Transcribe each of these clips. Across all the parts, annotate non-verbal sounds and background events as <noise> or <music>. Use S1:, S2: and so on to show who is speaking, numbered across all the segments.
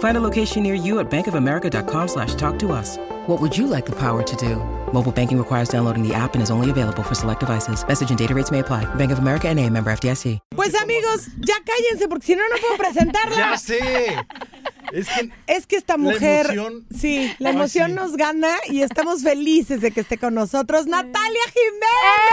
S1: Find a location near you at bankofamerica.com slash talk to us. What would you like the power to do? Mobile banking requires downloading the app and is only available for select devices. Message and data rates may apply. Bank of America and a member FDIC.
S2: Pues amigos, ya cállense porque si no, no
S3: <laughs>
S2: puedo presentarla.
S4: Ya sé. Es que
S2: Es que esta mujer.
S4: emoción.
S2: Sí, la
S4: Ah,
S2: emoción
S4: sí.
S2: nos gana y estamos felices de que esté con nosotros Natalia
S3: ¡Eh!
S2: Jiménez.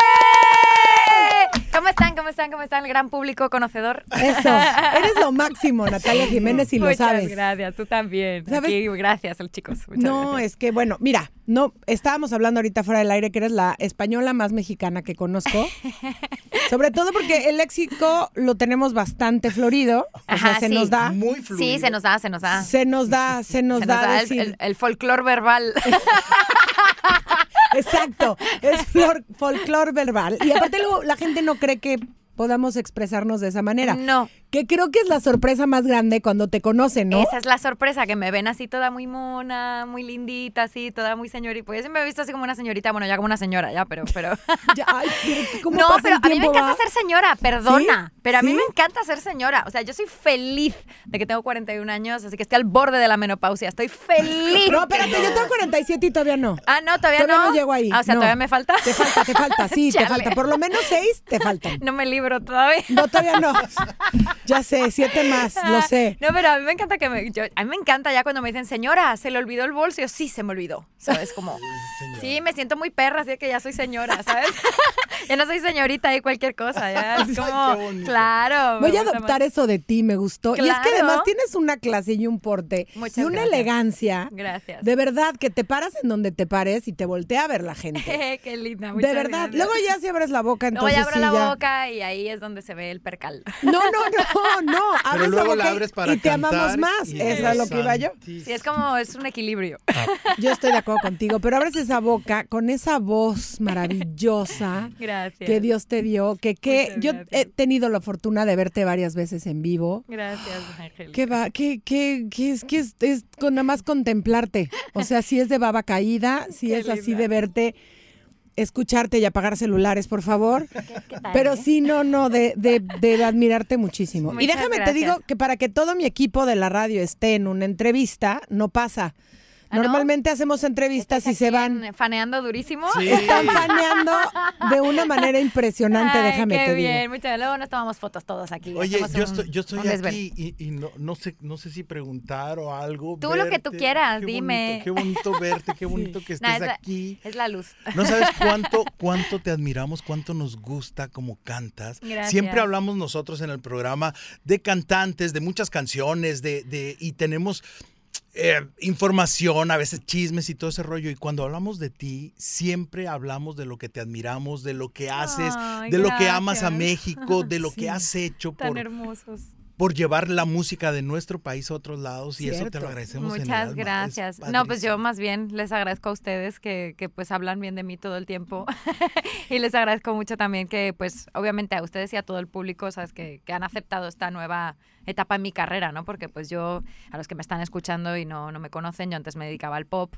S3: ¿Cómo están? ¿Cómo están? ¿Cómo están? El gran público conocedor.
S2: Eso, eres lo máximo, Natalia Jiménez, y lo
S3: Muchas
S2: sabes.
S3: gracias, tú también.
S2: ¿Sabes?
S3: Aquí, gracias, el chicos. Muchas
S2: No,
S3: gracias.
S2: es que bueno, mira, no estábamos hablando ahorita fuera del aire que eres la española más mexicana que conozco.
S3: <laughs>
S2: Sobre todo porque el léxico lo tenemos bastante florido, o sea,
S3: Ajá,
S2: se
S3: sí.
S2: nos da,
S4: muy fluido.
S3: Sí, se nos da, se nos da.
S2: se nos da, se nos
S3: Se
S2: da,
S3: el-
S2: decir-
S3: el, folclore verbal.
S2: Exacto, es flor, folclor verbal. Y aparte luego la gente no cree que podamos expresarnos de esa manera.
S3: No.
S2: Que creo que es la sorpresa más grande cuando te conocen, ¿no?
S3: Esa es la sorpresa, que me ven así toda muy mona, muy lindita, así, toda muy señorita. Pues yo siempre me he visto así como una señorita, bueno, ya como una señora, ya, pero... pero...
S2: <laughs> Ya, ay, pero ¿cómo
S3: no,
S2: pasa
S3: pero
S2: el
S3: a mí me
S2: tiempo,
S3: encanta
S2: va?
S3: ser señora, perdona.
S2: ¿Sí?
S3: Pero a mí
S2: ¿Sí?
S3: me encanta ser señora. O sea, yo soy feliz de que tengo 41 años, así que estoy al borde de la
S2: <laughs>
S3: menopausia. Estoy feliz.
S2: No, espérate, yo tengo 47 y todavía no.
S3: Ah, no, todavía,
S2: Todavía
S3: no.
S2: no llego ahí,
S3: Ah, o sea,
S2: no.
S3: todavía me falta.
S2: Te falta, te falta,
S3: <laughs>
S2: sí, te
S3: Chale.
S2: falta. Por lo menos seis te faltan.
S3: No me libro todavía.
S2: No, todavía
S3: <laughs>
S2: no. Ya sé, siete más, lo sé.
S3: No, pero a mí me encanta que me, yo- a mí me encanta ya cuando me dicen, señora, se le olvidó el bolso. Y yo, sí, se me olvidó. ¿Sabes? Como, sí, me siento muy perra, así que ya soy
S2: <laughs>
S3: señora, ¿sabes? <laughs> ya no soy señorita y cualquier cosa. Ya
S4: Ay, qué
S3: es como,
S4: bonito.
S3: claro. me
S2: Voy a
S3: gusta
S2: adoptar
S3: más.
S2: eso de ti, me gustó. Y es que
S3: Claro.
S2: además tienes una clase y un porte
S3: Muchas
S2: y una
S3: gracias.
S2: elegancia.
S3: Gracias.
S2: De verdad, que te paras en donde te pares y te voltea a ver la gente.
S3: Qué linda,
S2: este- de
S3: <laughs> muchas
S2: verdad.
S3: gracias.
S2: Luego ya si abres la boca,
S3: Luego
S2: entonces
S3: ya abro
S2: sí,
S3: la
S2: ya.
S3: boca y ahí es donde se ve el percal. <laughs>
S2: No, no, no, no. Abres
S4: <laughs> Pero
S2: la
S4: luego
S2: boca
S4: la
S2: y-
S4: abres para
S2: y te
S4: cantar
S2: amamos más.
S4: y
S2: Eso es lo que iba yo.
S3: Sí, es como, es un equilibrio.
S2: Yo estoy de acuerdo contigo, pero abres esa boca con esa voz
S3: <laughs>
S2: maravillosa.
S3: Gracias.
S2: Que Dios te dio, que, que
S3: Muchas
S2: yo
S3: gracias.
S2: he tenido la fortuna de verte varias veces en vivo.
S3: Gracias, Ángel.
S2: Que va, que, que, que es que es, es con nada más contemplarte. O sea, si es de baba caída, si
S3: Qué
S2: es así
S3: linda.
S2: de verte, escucharte y apagar celulares, por favor.
S3: tal,
S2: Pero
S3: eh?
S2: sí, no, no, de, de- de admirarte muchísimo. y
S3: Muchas
S2: déjame te
S3: gracias.
S2: digo que para que todo mi equipo de la radio esté en una entrevista, no pasa.
S3: ¿Ah, no?
S2: Normalmente hacemos entrevistas y se van.
S3: Faneando durísimo. <laughs>
S2: <laughs>
S4: Sí.
S2: Están faneando de una manera impresionante,
S3: Ay,
S2: déjame
S3: qué
S2: te digo.
S3: bien, muchas gracias. Luego nos tomamos fotos todos aquí.
S4: Oye,
S3: hacemos
S4: yo
S3: un-
S4: estoy, yo estoy
S3: un
S4: aquí
S3: desver-
S4: y, y no, no, sé, no sé si preguntar o algo.
S3: Tú lo que tú
S4: verte.
S3: quieras,
S4: Qué
S3: dime.
S4: bonito, qué bonito verte, qué bonito que
S3: <laughs>
S4: estés
S3: Nah, es la-
S4: aquí.
S3: Es la luz.
S4: No sabes cuánto, cuánto te admiramos, cuánto nos gusta cómo cantas.
S3: Gracias.
S4: Siempre hablamos nosotros en el programa de cantantes, de muchas canciones, de, de y tenemos eh, información, a veces chismes y todo ese rollo. Y cuando hablamos de ti, siempre hablamos de lo que te admiramos, de lo que haces,
S3: Ay,
S4: de lo que amas a
S3: gracias.
S4: México, de
S3: <laughs>
S4: lo
S2: Sí.
S4: que has hecho
S3: <laughs> Tan
S4: por,
S3: hermosos.
S4: por llevar la música de nuestro país a otros lados. Y eso te
S2: Cierto.
S4: lo agradecemos. en el
S3: Muchas
S4: alma. Es
S3: gracias. No, pues yo
S4: padrísimo.
S3: más bien les agradezco a ustedes que, que pues hablan bien de mí todo el tiempo. <laughs> y les agradezco mucho también que pues obviamente a ustedes y a todo el público, sabes, que, que han aceptado esta nueva etapa en mi carrera, ¿no? Porque pues yo, a los que me están escuchando y no, no me conocen, yo antes me dedicaba al pop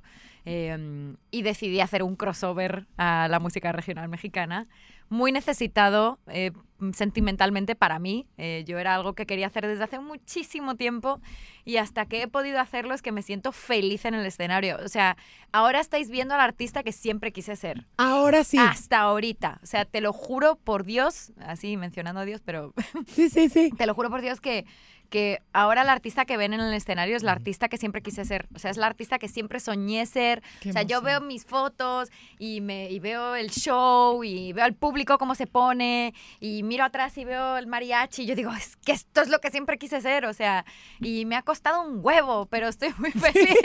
S3: eh, y decidí hacer un crossover a la música regional mexicana muy necesitado eh, sentimentalmente para mí. Eh, yo era algo que quería hacer desde hace muchísimo tiempo y hasta que he podido hacerlo es que me siento feliz en el escenario. O sea, ahora estáis viendo al artista que siempre quise ser.
S2: Ahora sí.
S3: Hasta ahorita. O sea, te lo juro por Dios, así mencionando a Dios, pero
S2: Sí, sí, sí.
S3: te lo juro por Dios que, que ahora la artista que ven en el escenario es la artista que siempre quise ser. O sea, es la artista que siempre soñé ser.
S2: Qué
S3: o sea, yo
S2: emoción.
S3: veo mis fotos y, me, y veo el show y veo al público cómo se pone y miro atrás y veo el mariachi y yo digo, es que esto es lo que siempre quise hacer, o sea, y me ha costado un huevo, pero estoy
S2: <laughs>
S3: muy feliz.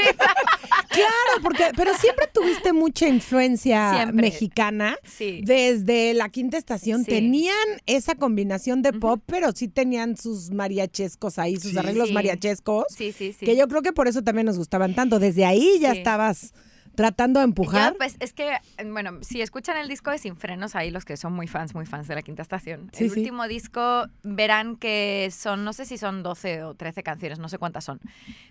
S2: Claro, porque, pero siempre tuviste mucha influencia
S3: Siempre.
S2: mexicana.
S3: Sí.
S2: Desde la quinta estación
S3: Sí.
S2: tenían esa combinación de pop, pero sí tenían sus mariachescos ahí, sus
S4: Sí.
S2: arreglos
S3: Sí.
S2: mariachescos.
S3: Sí, sí, sí.
S2: Que yo creo que por eso también nos gustaban tanto. Desde ahí ya
S3: Sí.
S2: estabas tratando de empujar.
S3: Yo, pues es que, bueno, si escuchan el disco de Sin Frenos, ahí los que son muy fans, muy fans de la quinta estación,
S2: Sí,
S3: el
S2: sí.
S3: último disco verán que son, no sé si son 12 o 13 canciones, no sé cuántas son,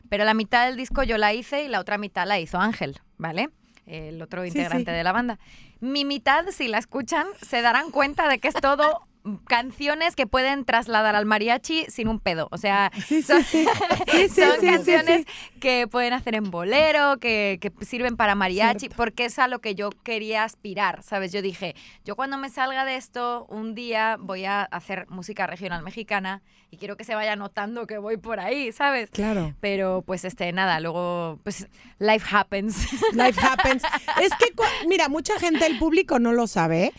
S3: pero la mitad del disco yo la hice y la otra mitad la hizo Ángel, ¿vale? El otro
S2: sí.
S3: integrante de la banda. Mi mitad, si la escuchan, se darán cuenta de que es todo canciones que pueden trasladar al mariachi sin un pedo. O sea,
S2: Sí, sí,
S3: son- <laughs>
S2: sí. Sí, sí,
S3: son
S2: sí, sí,
S3: canciones
S2: sí.
S3: que pueden hacer en bolero, que, que sirven para mariachi, porque es a lo que yo quería aspirar, ¿sabes? Yo dije, yo cuando me salga de esto, un día voy a hacer música regional mexicana y quiero que se vaya notando que voy por ahí, ¿sabes?
S2: Claro.
S3: Pero pues este, nada, luego pues life happens. <laughs>
S2: Life happens. Es que, cua- mira, mucha gente, el público no lo sabe,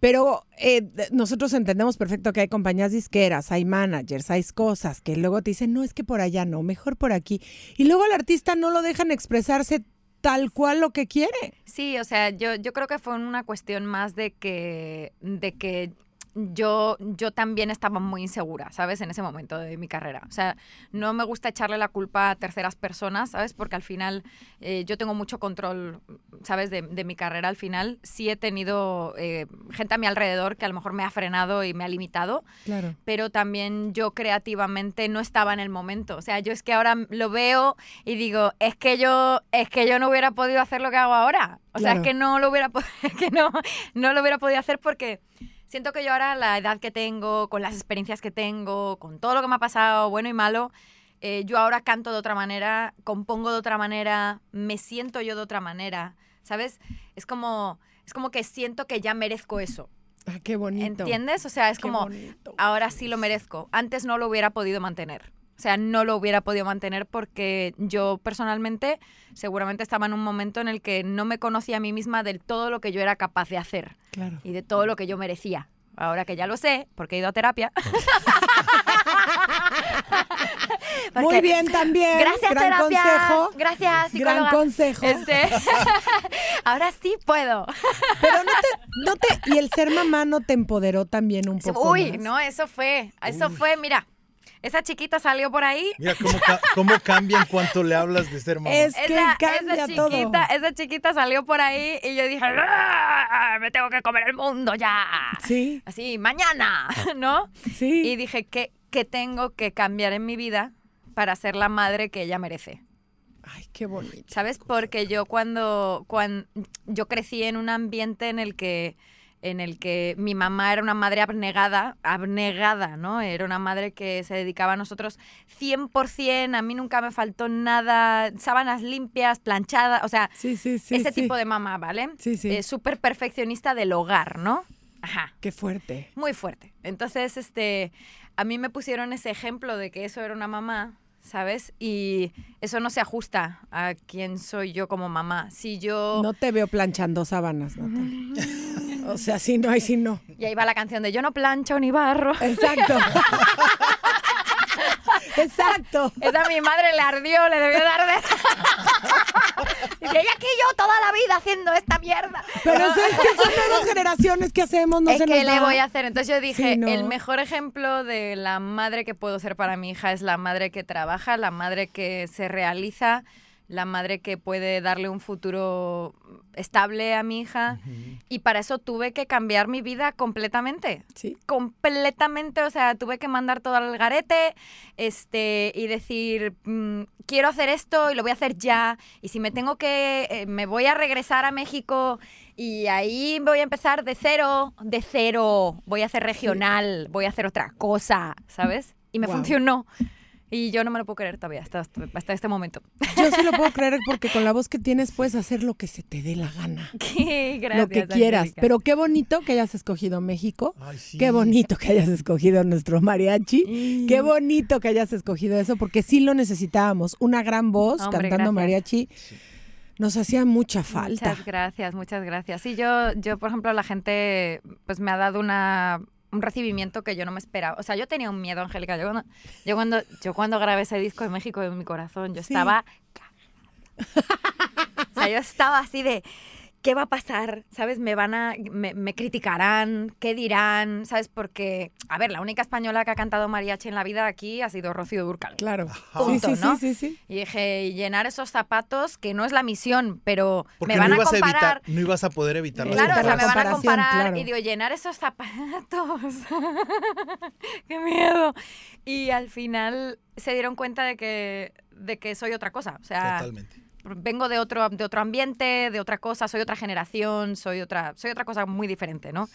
S2: pero eh, de- nosotros entendemos perfecto que hay compañías disqueras, hay managers, hay cosas que luego te dicen, no, es que por allá no, mejor por aquí. Y luego al artista no lo dejan expresarse tal cual lo que quiere.
S3: Sí, o sea, yo, yo creo que fue una cuestión más de que, de que yo, yo también estaba muy insegura, ¿sabes? En ese momento de mi carrera. O sea, no me gusta echarle la culpa a terceras personas, ¿sabes? Porque al final eh, yo tengo mucho control, ¿sabes? De, de mi carrera al final. Sí he tenido eh, gente a mi alrededor que a lo mejor me ha frenado y me ha limitado,
S2: Claro.
S3: pero también yo creativamente no estaba en el momento. O sea, yo es que ahora lo veo y digo, es que yo, es que yo no hubiera podido hacer lo que hago ahora. O sea,
S2: Claro.
S3: es que no lo hubiera pod- <laughs> es que no, no lo hubiera podido hacer porque siento que yo ahora la edad que tengo, con las experiencias que tengo, con todo lo que me ha pasado, bueno y malo, eh, yo ahora canto de otra manera, compongo de otra manera, me siento yo de otra manera. ¿Sabes? Es como, es como que siento que ya merezco eso.
S2: Ah, qué bonito.
S3: ¿Entiendes? O sea, es
S2: Qué
S3: como, ah,
S2: bonito.
S3: ahora sí lo merezco. Antes no lo hubiera podido mantener. O sea, no lo hubiera podido mantener porque yo personalmente seguramente estaba en un momento en el que no me conocía a mí misma del todo lo que yo era capaz de hacer
S2: Claro.
S3: y de todo lo que yo merecía. Ahora que ya lo sé, porque he ido a terapia. <laughs>
S2: Muy
S3: Porque-
S2: bien también.
S3: Gracias,
S2: Gran
S3: terapia.
S2: consejo.
S3: Gracias, psicóloga.
S2: Gran consejo.
S3: Este, <laughs> ahora sí puedo.
S2: Pero no te, no te, y el ser mamá no te empoderó también un poco.
S3: Uy,
S2: más?
S3: no, eso fue. Eso fue, mira. Esa chiquita salió por ahí
S4: Mira cómo, ca- cómo cambia en cuanto le hablas de ser mamá.
S2: Es- que
S3: esa,
S2: cambia
S3: esa chiquita, esa chiquita salió por ahí y yo dije, "Ah, me tengo que comer el mundo ya.
S2: Sí, Ah.
S3: Así, mañana, <laughs> ¿no?
S2: sí.
S3: Y dije, ¿qué, qué tengo que cambiar en mi vida para ser la madre que ella merece?
S2: Ay, qué bonito.
S3: ¿Sabes? Porque yo cuando, cuando yo crecí en un ambiente en el que en el que mi mamá era una madre abnegada, abnegada, ¿no? Era una madre que se dedicaba a nosotros 100%, a mí nunca me faltó nada, sábanas limpias, planchadas, o sea,
S2: Sí, sí, sí.
S3: ese
S2: sí.
S3: tipo de mamá, ¿vale?
S2: Sí, sí.
S3: Eh, Súper perfeccionista del hogar, ¿no? Ajá
S2: Qué fuerte.
S3: muy fuerte. Entonces, este, a mí me pusieron ese ejemplo de que eso era una mamá, ¿sabes? Y eso no se ajusta a quién soy yo como mamá. Si yo...
S2: No te veo planchando sábanas, Natalia.
S3: Mm.
S2: O sea, sí no, ahí sí no.
S3: Y ahí va la canción de yo no plancho ni barro. <laughs>
S2: Exacto. Exacto.
S3: Esa a mi madre le ardió, le debió dar <laughs> de... y ella aquí yo toda la vida haciendo esta mierda.
S2: Pero es que son nuevas generaciones que hacemos, no
S3: es
S2: se
S3: que
S2: nos
S3: le
S2: da.
S3: voy a hacer. Entonces yo dije,
S2: Sí, no.
S3: el mejor ejemplo de la madre que puedo ser para mi hija es la madre que trabaja, la madre que se realiza, la madre que puede darle un futuro estable a mi hija. Y para eso tuve que cambiar mi vida completamente
S2: Sí.
S3: completamente, o sea, tuve que mandar todo al garete este, y decir, mm, quiero hacer esto y lo voy a hacer ya, y si me tengo que, eh, me voy a regresar a México y ahí voy a empezar de cero, de cero, voy a hacer regional, voy a hacer otra cosa, ¿sabes? Y me
S2: Guau.
S3: funcionó. Y yo no me lo puedo creer todavía hasta, hasta este momento. <laughs>
S2: Yo sí lo puedo creer porque con la voz que tienes puedes hacer lo que se te dé la gana.
S3: Qué
S2: lo
S3: gracias,
S2: que quieras.
S3: Angélica.
S2: Pero qué bonito que hayas escogido México.
S4: Ay, sí.
S2: Qué bonito que hayas escogido nuestro mariachi. Qué bonito que hayas escogido eso, porque sí lo necesitábamos. Una gran voz
S3: Hombre,
S2: cantando
S3: gracias.
S2: mariachi. Nos hacía mucha falta.
S3: Muchas gracias, muchas gracias. Sí, yo, yo, por ejemplo, la gente pues me ha dado una un recibimiento que yo no me esperaba. O sea, yo tenía un miedo, Angélica. Yo cuando, yo cuando, yo cuando grabé ese disco en México en mi corazón, yo
S2: Sí.
S3: estaba cagada. O sea, yo estaba así de ¿qué va a pasar? ¿Sabes? Me van a me, me criticarán, ¿qué dirán? ¿Sabes? Porque a ver, la única española que ha cantado mariachi en la vida aquí ha sido Rocío Dúrcal.
S2: Claro. Sí,
S3: Punto,
S2: sí,
S3: ¿no?
S2: sí, sí, sí.
S3: Y dije, y llenar esos zapatos, que no es la misión, pero
S4: Porque
S3: me van
S4: no
S3: a
S4: ibas, a
S3: comparar.
S4: evitar, no ibas a poder evitar las
S3: Eh, Claro, o sea, me
S4: comparaciones.
S3: van a
S2: comparación,
S3: comparar
S2: claro.
S3: y digo, llenar esos zapatos. <laughs> ¡Qué miedo! Y al final se dieron cuenta de que, de que soy otra cosa. O sea,
S4: Totalmente.
S3: vengo de otro, de otro ambiente, de otra cosa, soy otra generación, soy otra, soy otra cosa muy diferente, ¿no?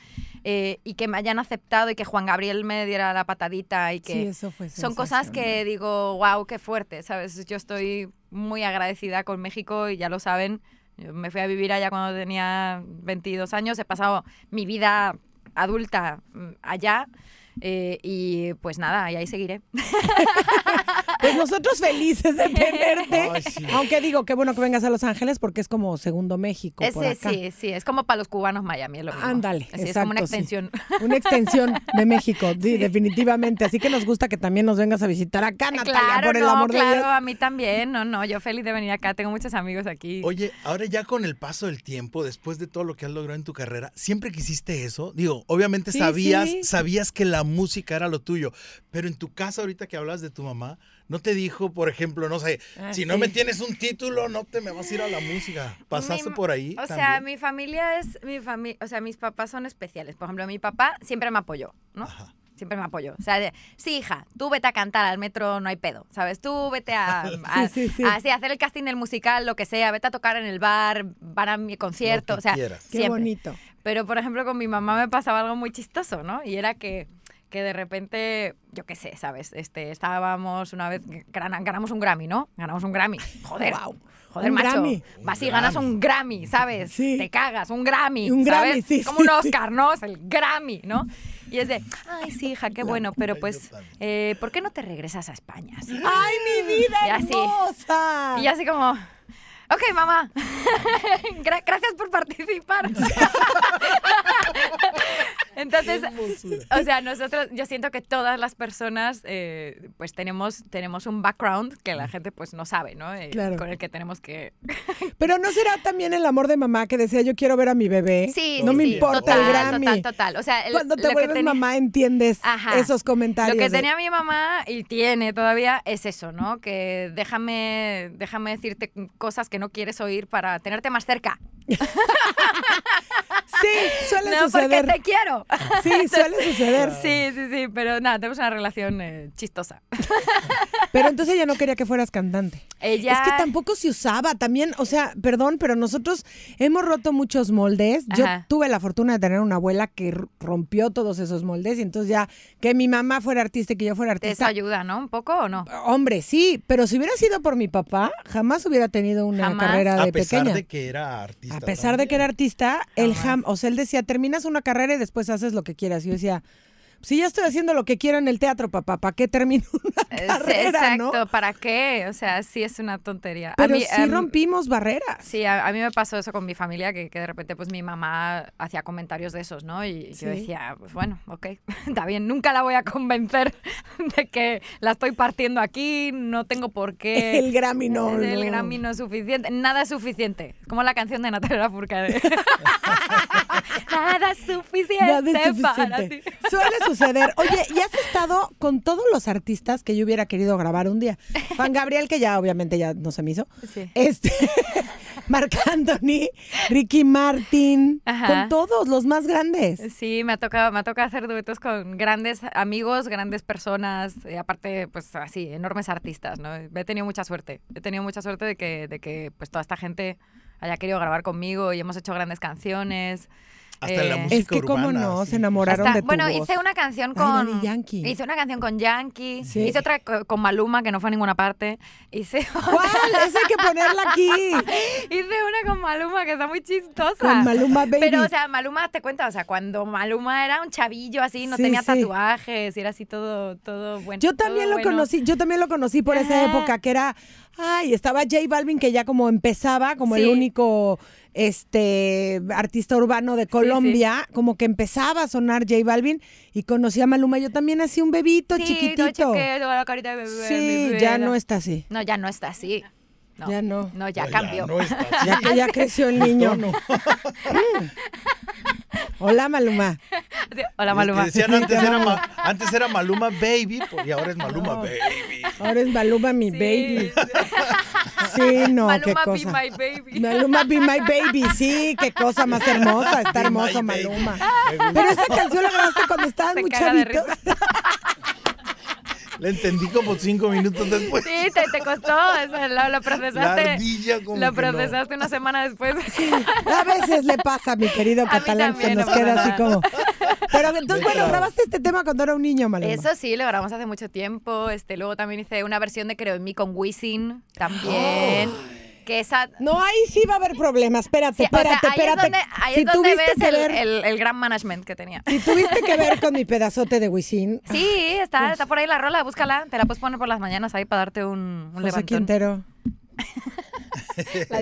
S3: Eh, y que me hayan aceptado y que Juan Gabriel me diera la patadita y que
S2: Sí, eso fue
S3: son cosas
S2: sensacional.
S3: que digo, wow, qué fuerte, ¿sabes? Yo estoy muy agradecida con México y ya lo saben. Yo me fui a vivir allá cuando tenía 22 años, he pasado mi vida adulta mm, allá eh, y pues nada, y ahí seguiré.
S2: Pues nosotros felices
S3: <laughs>
S2: de tenerte.
S4: Ay, sí.
S2: Aunque digo, qué bueno que vengas a Los Ángeles porque es como segundo México. por
S3: <laughs> Ese,
S2: acá.
S3: sí, sí, es como para los cubanos Miami, es lo mismo.
S2: Ándale,
S3: Así es como una
S2: exacto, sí.
S3: extensión.
S2: Una extensión de México, sí, definitivamente. Así que nos gusta que también nos vengas a visitar acá, <laughs> Natalia,
S3: Eh, claro,
S2: por el
S3: no,
S2: amor
S3: claro,
S2: de Dios.
S3: a mí también, no, no, yo feliz de venir acá, tengo muchos amigos aquí.
S4: Oye, ahora ya con el paso del tiempo, después de todo lo que has logrado en tu carrera, ¿siempre quisiste eso? Digo, obviamente
S2: Sí,
S4: sabías,
S2: sí.
S4: sabías que la música era lo tuyo, pero en tu casa ahorita que hablas de tu mamá, ¿no te dijo, por ejemplo, no sé,
S2: Ah,
S4: si
S2: sí.
S4: no me tienes un título, no te me vas a ir a la música? ¿Pasaste
S3: Mi-
S4: por ahí?
S3: O sea,
S4: también?
S3: mi familia es mi familia, o sea, mis papás son especiales. Por ejemplo, mi papá siempre me apoyó, ¿no?
S4: Ajá.
S3: Siempre me apoyó. O sea, de, sí, hija, tú vete a cantar al metro, no hay pedo, ¿sabes? Tú vete
S4: <laughs>
S3: a, a-
S2: Sí, sí, sí.
S3: a- sí, a hacer el casting del musical, lo que sea, vete a tocar en el bar, van a mi concierto,
S4: que
S3: o sea,
S4: quieras.
S2: Qué
S3: siempre.
S2: bonito.
S3: Pero, por ejemplo, con mi mamá me pasaba algo muy chistoso, ¿no? Y era que, que de repente, yo qué sé, ¿sabes? Este, estábamos una vez, gran- ganamos un Grammy, ¿no? Ganamos un Grammy. Joder, joder,
S2: Un
S3: macho.
S2: Grammy.
S3: Vas y
S4: Un
S3: ganas
S4: Grammy.
S3: un Grammy, ¿sabes?
S2: Sí.
S3: Te cagas, un Grammy.
S2: Un
S3: ¿sabes?
S2: Grammy, sí,
S3: Como
S2: sí,
S3: un
S2: sí.
S3: Oscar, ¿no? Es el Grammy, ¿no? Y es de, ay, sí, hija, qué bueno, pero
S4: Ay,
S3: pues,
S4: yo también.
S3: eh, ¿por qué no te regresas a España? sí?
S2: ¡Ay, mi vida
S3: Y así.
S2: hermosa!
S3: Y yo así como, ok, mamá, <laughs> gra- gracias por participar. <laughs> Entonces, o sea, nosotros, yo siento que todas las personas, eh, pues tenemos, tenemos un background que la gente pues no sabe, ¿no? Eh,
S2: Claro.
S3: Con el que
S2: <laughs>
S3: tenemos que...
S2: Pero ¿no será también el amor de mamá que decía, yo quiero ver a mi bebé?
S3: Sí,
S2: No
S3: sí,
S2: me
S3: sí,
S2: importa
S3: total,
S2: el Grammy.
S3: Total, total. O sea, el-
S2: Cuando te
S3: lo que
S2: vuelves
S3: tenía-
S2: mamá entiendes
S3: Ajá.
S2: esos comentarios.
S3: Lo que
S2: de-
S3: tenía mi mamá y tiene todavía es eso, ¿no? Que déjame, déjame decirte cosas que no quieres oír para tenerte más cerca.
S2: Sí, suele
S3: <laughs> No, porque
S2: suceder.
S3: te quiero.
S2: Sí, suele
S3: <laughs>
S2: suceder.
S3: Sí, sí, sí, pero nada, tenemos una relación eh, chistosa.
S2: Pero entonces ella no quería que fueras cantante.
S3: Ella-
S2: Es que tampoco se usaba también, o sea, perdón, pero nosotros hemos roto muchos moldes. Yo
S3: Ajá.
S2: tuve la fortuna de tener una abuela que r- rompió todos esos moldes y entonces ya que mi mamá fuera artista y que yo fuera
S3: ¿Eso
S2: artista.
S3: ayuda, no? ¿Un poco o no?
S2: Hombre, sí, pero si hubiera sido por mi papá, jamás hubiera tenido una
S3: Jamás.
S2: carrera de
S4: a pesar
S2: pequeña.
S4: de que era artista.
S2: A pesar de que era
S4: también.
S2: artista, él
S3: Jamás.
S2: jam, o sea, él decía, terminas una carrera y después haces lo que quieras. Y yo decía, si ya estoy haciendo lo que quiero en el teatro, papá, ¿para qué termino <laughs> una
S3: <laughs> Es-
S2: carrera, no?
S3: Exacto, ¿para qué? O sea, sí es una tontería. A
S2: Pero
S3: mí,
S2: sí
S3: em,
S2: rompimos barreras.
S3: Sí, a, a mí me pasó eso con mi familia, que, que de repente pues mi mamá hacía comentarios de esos, ¿no? Y
S2: Sí.
S3: yo decía, pues bueno, ok, <laughs> está bien, nunca la voy a convencer <laughs> de que la estoy partiendo aquí, no tengo por qué...
S2: El Grammy no.
S3: El
S2: no.
S3: Grammy no es suficiente. Nada es suficiente. Como la canción de
S2: <laughs>
S3: Natalia Lafourcade. Nada es suficiente,
S2: Nada es
S3: para
S2: suficiente.
S3: ti.
S2: Suele suceder. Oye, y has estado con todos los artistas que yo hubiera querido grabar un día. Juan Gabriel, que ya obviamente ya no se me hizo.
S3: Sí.
S2: Este, <laughs> Marc Anthony, Ricky Martin,
S3: Ajá.
S2: con todos los más grandes.
S3: Sí, me ha tocado, me ha tocado hacer duetos con grandes amigos, grandes personas, y aparte, pues así, enormes artistas, ¿no? He tenido mucha suerte. He tenido mucha suerte de que, de que pues toda esta gente haya querido grabar conmigo y hemos hecho grandes canciones.
S4: Hasta en la
S3: Eh,
S4: música
S2: Es que cómo
S4: urbana,
S2: no,
S4: sí.
S2: se enamoraron
S3: Hasta-
S2: de tu
S3: bueno,
S2: voz.
S3: hice una canción
S2: Ay, la
S3: con
S2: de Yankee.
S3: Hice una canción con Yankee,
S2: Sí.
S3: hice otra co- con Maluma que no fue a ninguna parte. Hice
S2: ¿Cuál? Esa hay que ponerla aquí.
S3: <laughs> Hice una con Maluma que está muy chistosa.
S2: Con Maluma Baby.
S3: Pero, o sea, Maluma, te cuenta, o sea, cuando Maluma era un chavillo así, no
S2: Sí,
S3: tenía
S2: sí.
S3: tatuajes y era así todo, todo bueno.
S2: Yo también lo
S3: todo bueno. Ah.
S2: conocí, yo también lo conocí por esa
S3: Ajá.
S2: época que era, ay, estaba J Balvin que ya como empezaba como el
S3: Sí.
S2: único este artista urbano de Colombia, como que empezaba a sonar J Balvin y conocí a Maluma, yo también así un bebito
S3: Sí, todo
S2: chiquitito.
S3: chiquito, la carita de bebé,
S2: sí,
S3: mi
S2: ya
S3: vida.
S2: no está así.
S3: No, ya no está así. No,
S2: Ya no.
S3: No, ya
S4: No,
S3: cambió.
S4: Pues no está
S2: Ya
S4: así.
S2: que
S3: <laughs>
S2: ya creció el niño.
S4: No, no.
S2: <laughs> Hola Maluma.
S3: Sí, <laughs> Hola, Maluma.
S4: Es que decían
S3: <laughs>
S4: antes era, Ma- antes era Maluma Baby pues, y ahora es Maluma Baby.
S2: Ahora es Maluma mi
S3: Sí,
S2: baby.
S3: sí. <laughs>
S2: Sí, no,
S3: Maluma
S2: qué
S3: be
S2: cosa.
S3: my baby.
S2: Maluma Be My Baby, sí, qué cosa más hermosa, está
S4: Be
S2: hermoso
S4: my baby.
S2: Maluma.
S4: Me gusta.
S2: Pero esa canción la grabaste cuando estabas
S3: Se
S2: muy
S3: caga de
S2: chavitos.
S4: Le entendí como cinco minutos después.
S3: Sí, te, te costó, o sea, lo, lo procesaste.
S4: La ardilla como
S3: lo
S4: que no.
S3: procesaste una semana después.
S2: A veces le pasa, mi querido
S3: A mí
S2: catalán, se
S3: también,
S2: nos
S3: no pasa
S2: queda así
S3: nada.
S2: como. Pero entonces, bueno,
S4: Déjalo.
S2: grabaste este tema cuando era un niño, Maluma.
S3: Eso sí, lo grabamos hace mucho tiempo. Este, luego también hice una versión de Creo en mí con Wisin
S2: <gasps>
S3: también. Que esa.
S2: No, ahí sí va a haber problemas. Espérate,
S3: Sí, o sea,
S2: espérate,
S3: ahí es
S2: espérate.
S3: donde, ahí
S2: si
S3: es donde
S2: tuviste
S3: ves
S2: que
S3: el,
S2: ver,
S3: el- el gran management que tenía.
S2: si tuviste que ver con mi pedazote de Wisin,
S3: <laughs> Sí,
S2: Pues
S3: está, está por ahí la rola, búscala. Te la puedes poner por las mañanas ahí para darte un, un
S2: José
S3: levantón.
S2: Quintero.
S3: <laughs> La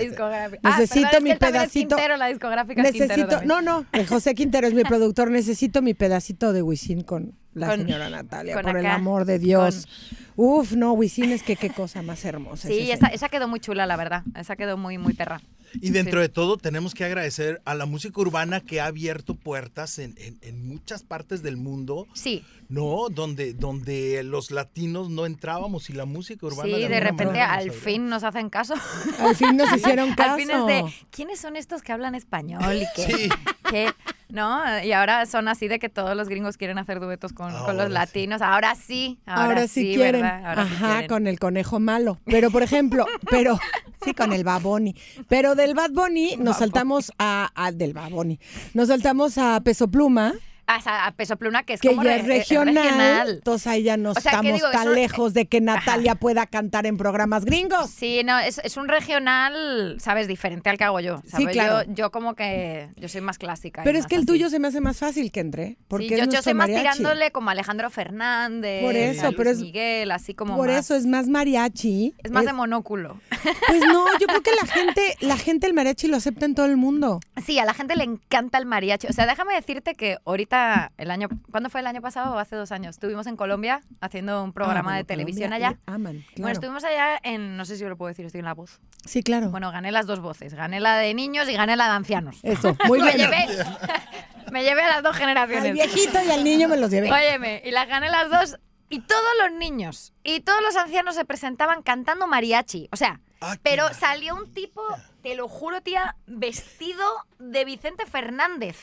S2: Necesito
S3: discográfica. ah, perdón, es que
S2: mi
S3: él también es
S2: pedacito.
S3: Quintero, la discográfica es Quintero
S2: Necesito,
S3: también.
S2: no, no, el José Quintero es
S3: <laughs>
S2: mi productor, necesito mi pedacito de Wisin con la
S3: Con-
S2: señora Natalia,
S3: con
S2: por el
S3: acá,
S2: amor de Dios. Uf, no, Wisin es que qué cosa más hermosa. es
S3: Sí,
S2: ese
S3: esa,
S2: señor.
S3: esa quedó muy chula, la verdad. Esa quedó muy, muy perra.
S4: Y dentro de todo tenemos que agradecer a la música urbana que ha abierto puertas en, en- en muchas partes del mundo,
S3: Sí,
S4: ¿no? Donde, donde los latinos no entrábamos y la música urbana...
S3: sí, de
S4: alguna
S3: repente
S4: manera nos
S3: al
S4: abrió.
S3: fin nos hacen caso. <laughs>
S2: Al fin nos hicieron caso.
S3: Al fin es de, ¿quiénes son estos que hablan español y qué?
S4: Sí.
S3: qué?", ¿No? Y ahora son así de que todos los gringos quieren hacer duetos con, con
S4: Ahora
S3: los
S4: sí.
S3: latinos. Ahora sí, ahora,
S2: Ahora, sí, quieren.
S3: ¿verdad? Ahora sí
S2: Ajá,
S3: quieren.
S2: con el conejo malo. Pero, por ejemplo, pero sí, con el Bad Bunny. Pero del Bad Bunny nos saltamos a, a- del Bad Bunny. Nos saltamos a Peso Pluma,
S3: Ah, o sea, a Peso Pluma, que es
S2: que
S3: como
S2: ya
S3: re-
S2: es
S3: eh,
S2: regional.
S3: regional.
S2: Entonces ahí ya no
S3: O sea, que
S2: estamos
S3: digo,
S2: tan
S3: eso- eh,
S2: lejos de que Natalia pueda cantar en programas gringos.
S3: Sí, no, es, es un regional, ¿sabes? Diferente al que hago yo. ¿sabes?
S2: claro.
S3: Yo, yo como que, yo soy más clásica. y
S2: Pero es
S3: más
S2: que el
S3: así.
S2: tuyo se me hace más fácil que entre. Porque
S3: Sí,
S2: es
S3: yo, yo
S2: nuestro
S3: soy más
S2: mariachi.
S3: tirándole como a Alejandro Fernández.
S2: Por eso,
S3: a Luis
S2: pero es-
S3: Miguel, así como
S2: Por
S3: más-
S2: eso es más mariachi.
S3: es más
S2: Es-
S3: de monóculo.
S2: Pues no, yo creo que la gente, la gente el mariachi lo acepta en todo el mundo.
S3: Sí, a la gente le encanta el mariachi. O sea, déjame decirte que ahorita, el año, ¿cuándo fue el año pasado o hace dos años? Estuvimos en Colombia haciendo un programa
S2: Ah,
S3: de
S2: bueno,
S3: televisión
S2: Colombia
S3: allá.
S2: lo Aman,
S3: Bueno,
S2: claro.
S3: estuvimos allá en, no sé si lo puedo decir, estoy en la voz.
S2: Sí, claro.
S3: Bueno, gané las dos voces. Gané la de niños y gané la de ancianos. <laughs>
S2: Eso, Eh, muy
S3: me,
S2: bien.
S3: llevé,
S2: <laughs>
S3: me llevé a las dos
S2: Al
S3: generaciones.
S2: viejito y al niño me los llevé.
S3: Óyeme, y las gané las dos. Y todos los niños y todos los ancianos se presentaban cantando mariachi. O sea,
S4: Ah, qué
S3: pero
S4: maravilla.
S3: salió un tipo, te lo juro, tía, vestido de Vicente Fernández.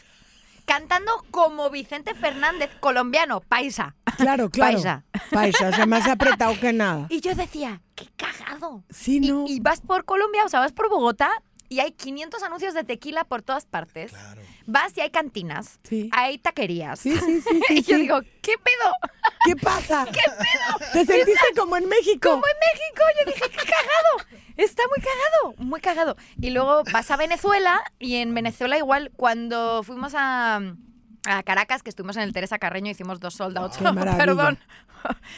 S3: Cantando como Vicente Fernández, colombiano, paisa.
S2: Claro, claro.
S3: Paisa.
S2: Paisa, o sea, más apretado que nada.
S3: <laughs> Y yo decía, qué cagado.
S2: Sí,
S3: Y-
S2: no.
S3: Y, vas por Colombia, o sea, vas por Bogotá y hay 500 anuncios de tequila por todas partes.
S4: Claro.
S3: Vas y hay cantinas,
S2: Sí.
S3: hay taquerías.
S2: Sí, sí, sí,
S3: <laughs>
S2: sí,
S3: y yo
S2: sí.
S3: digo, ¿qué pedo?
S2: ¿Qué
S3: <laughs>
S2: pasa? ¿Qué pedo? Te sentiste como en México.
S3: como en México. Yo dije, qué cagado. Está muy cagado, muy cagado. Y luego vas a Venezuela y en Venezuela igual cuando fuimos a, a Caracas, que estuvimos en el Teresa Carreño, hicimos dos soldados.
S2: Qué maravilla.
S3: <laughs> Perdón.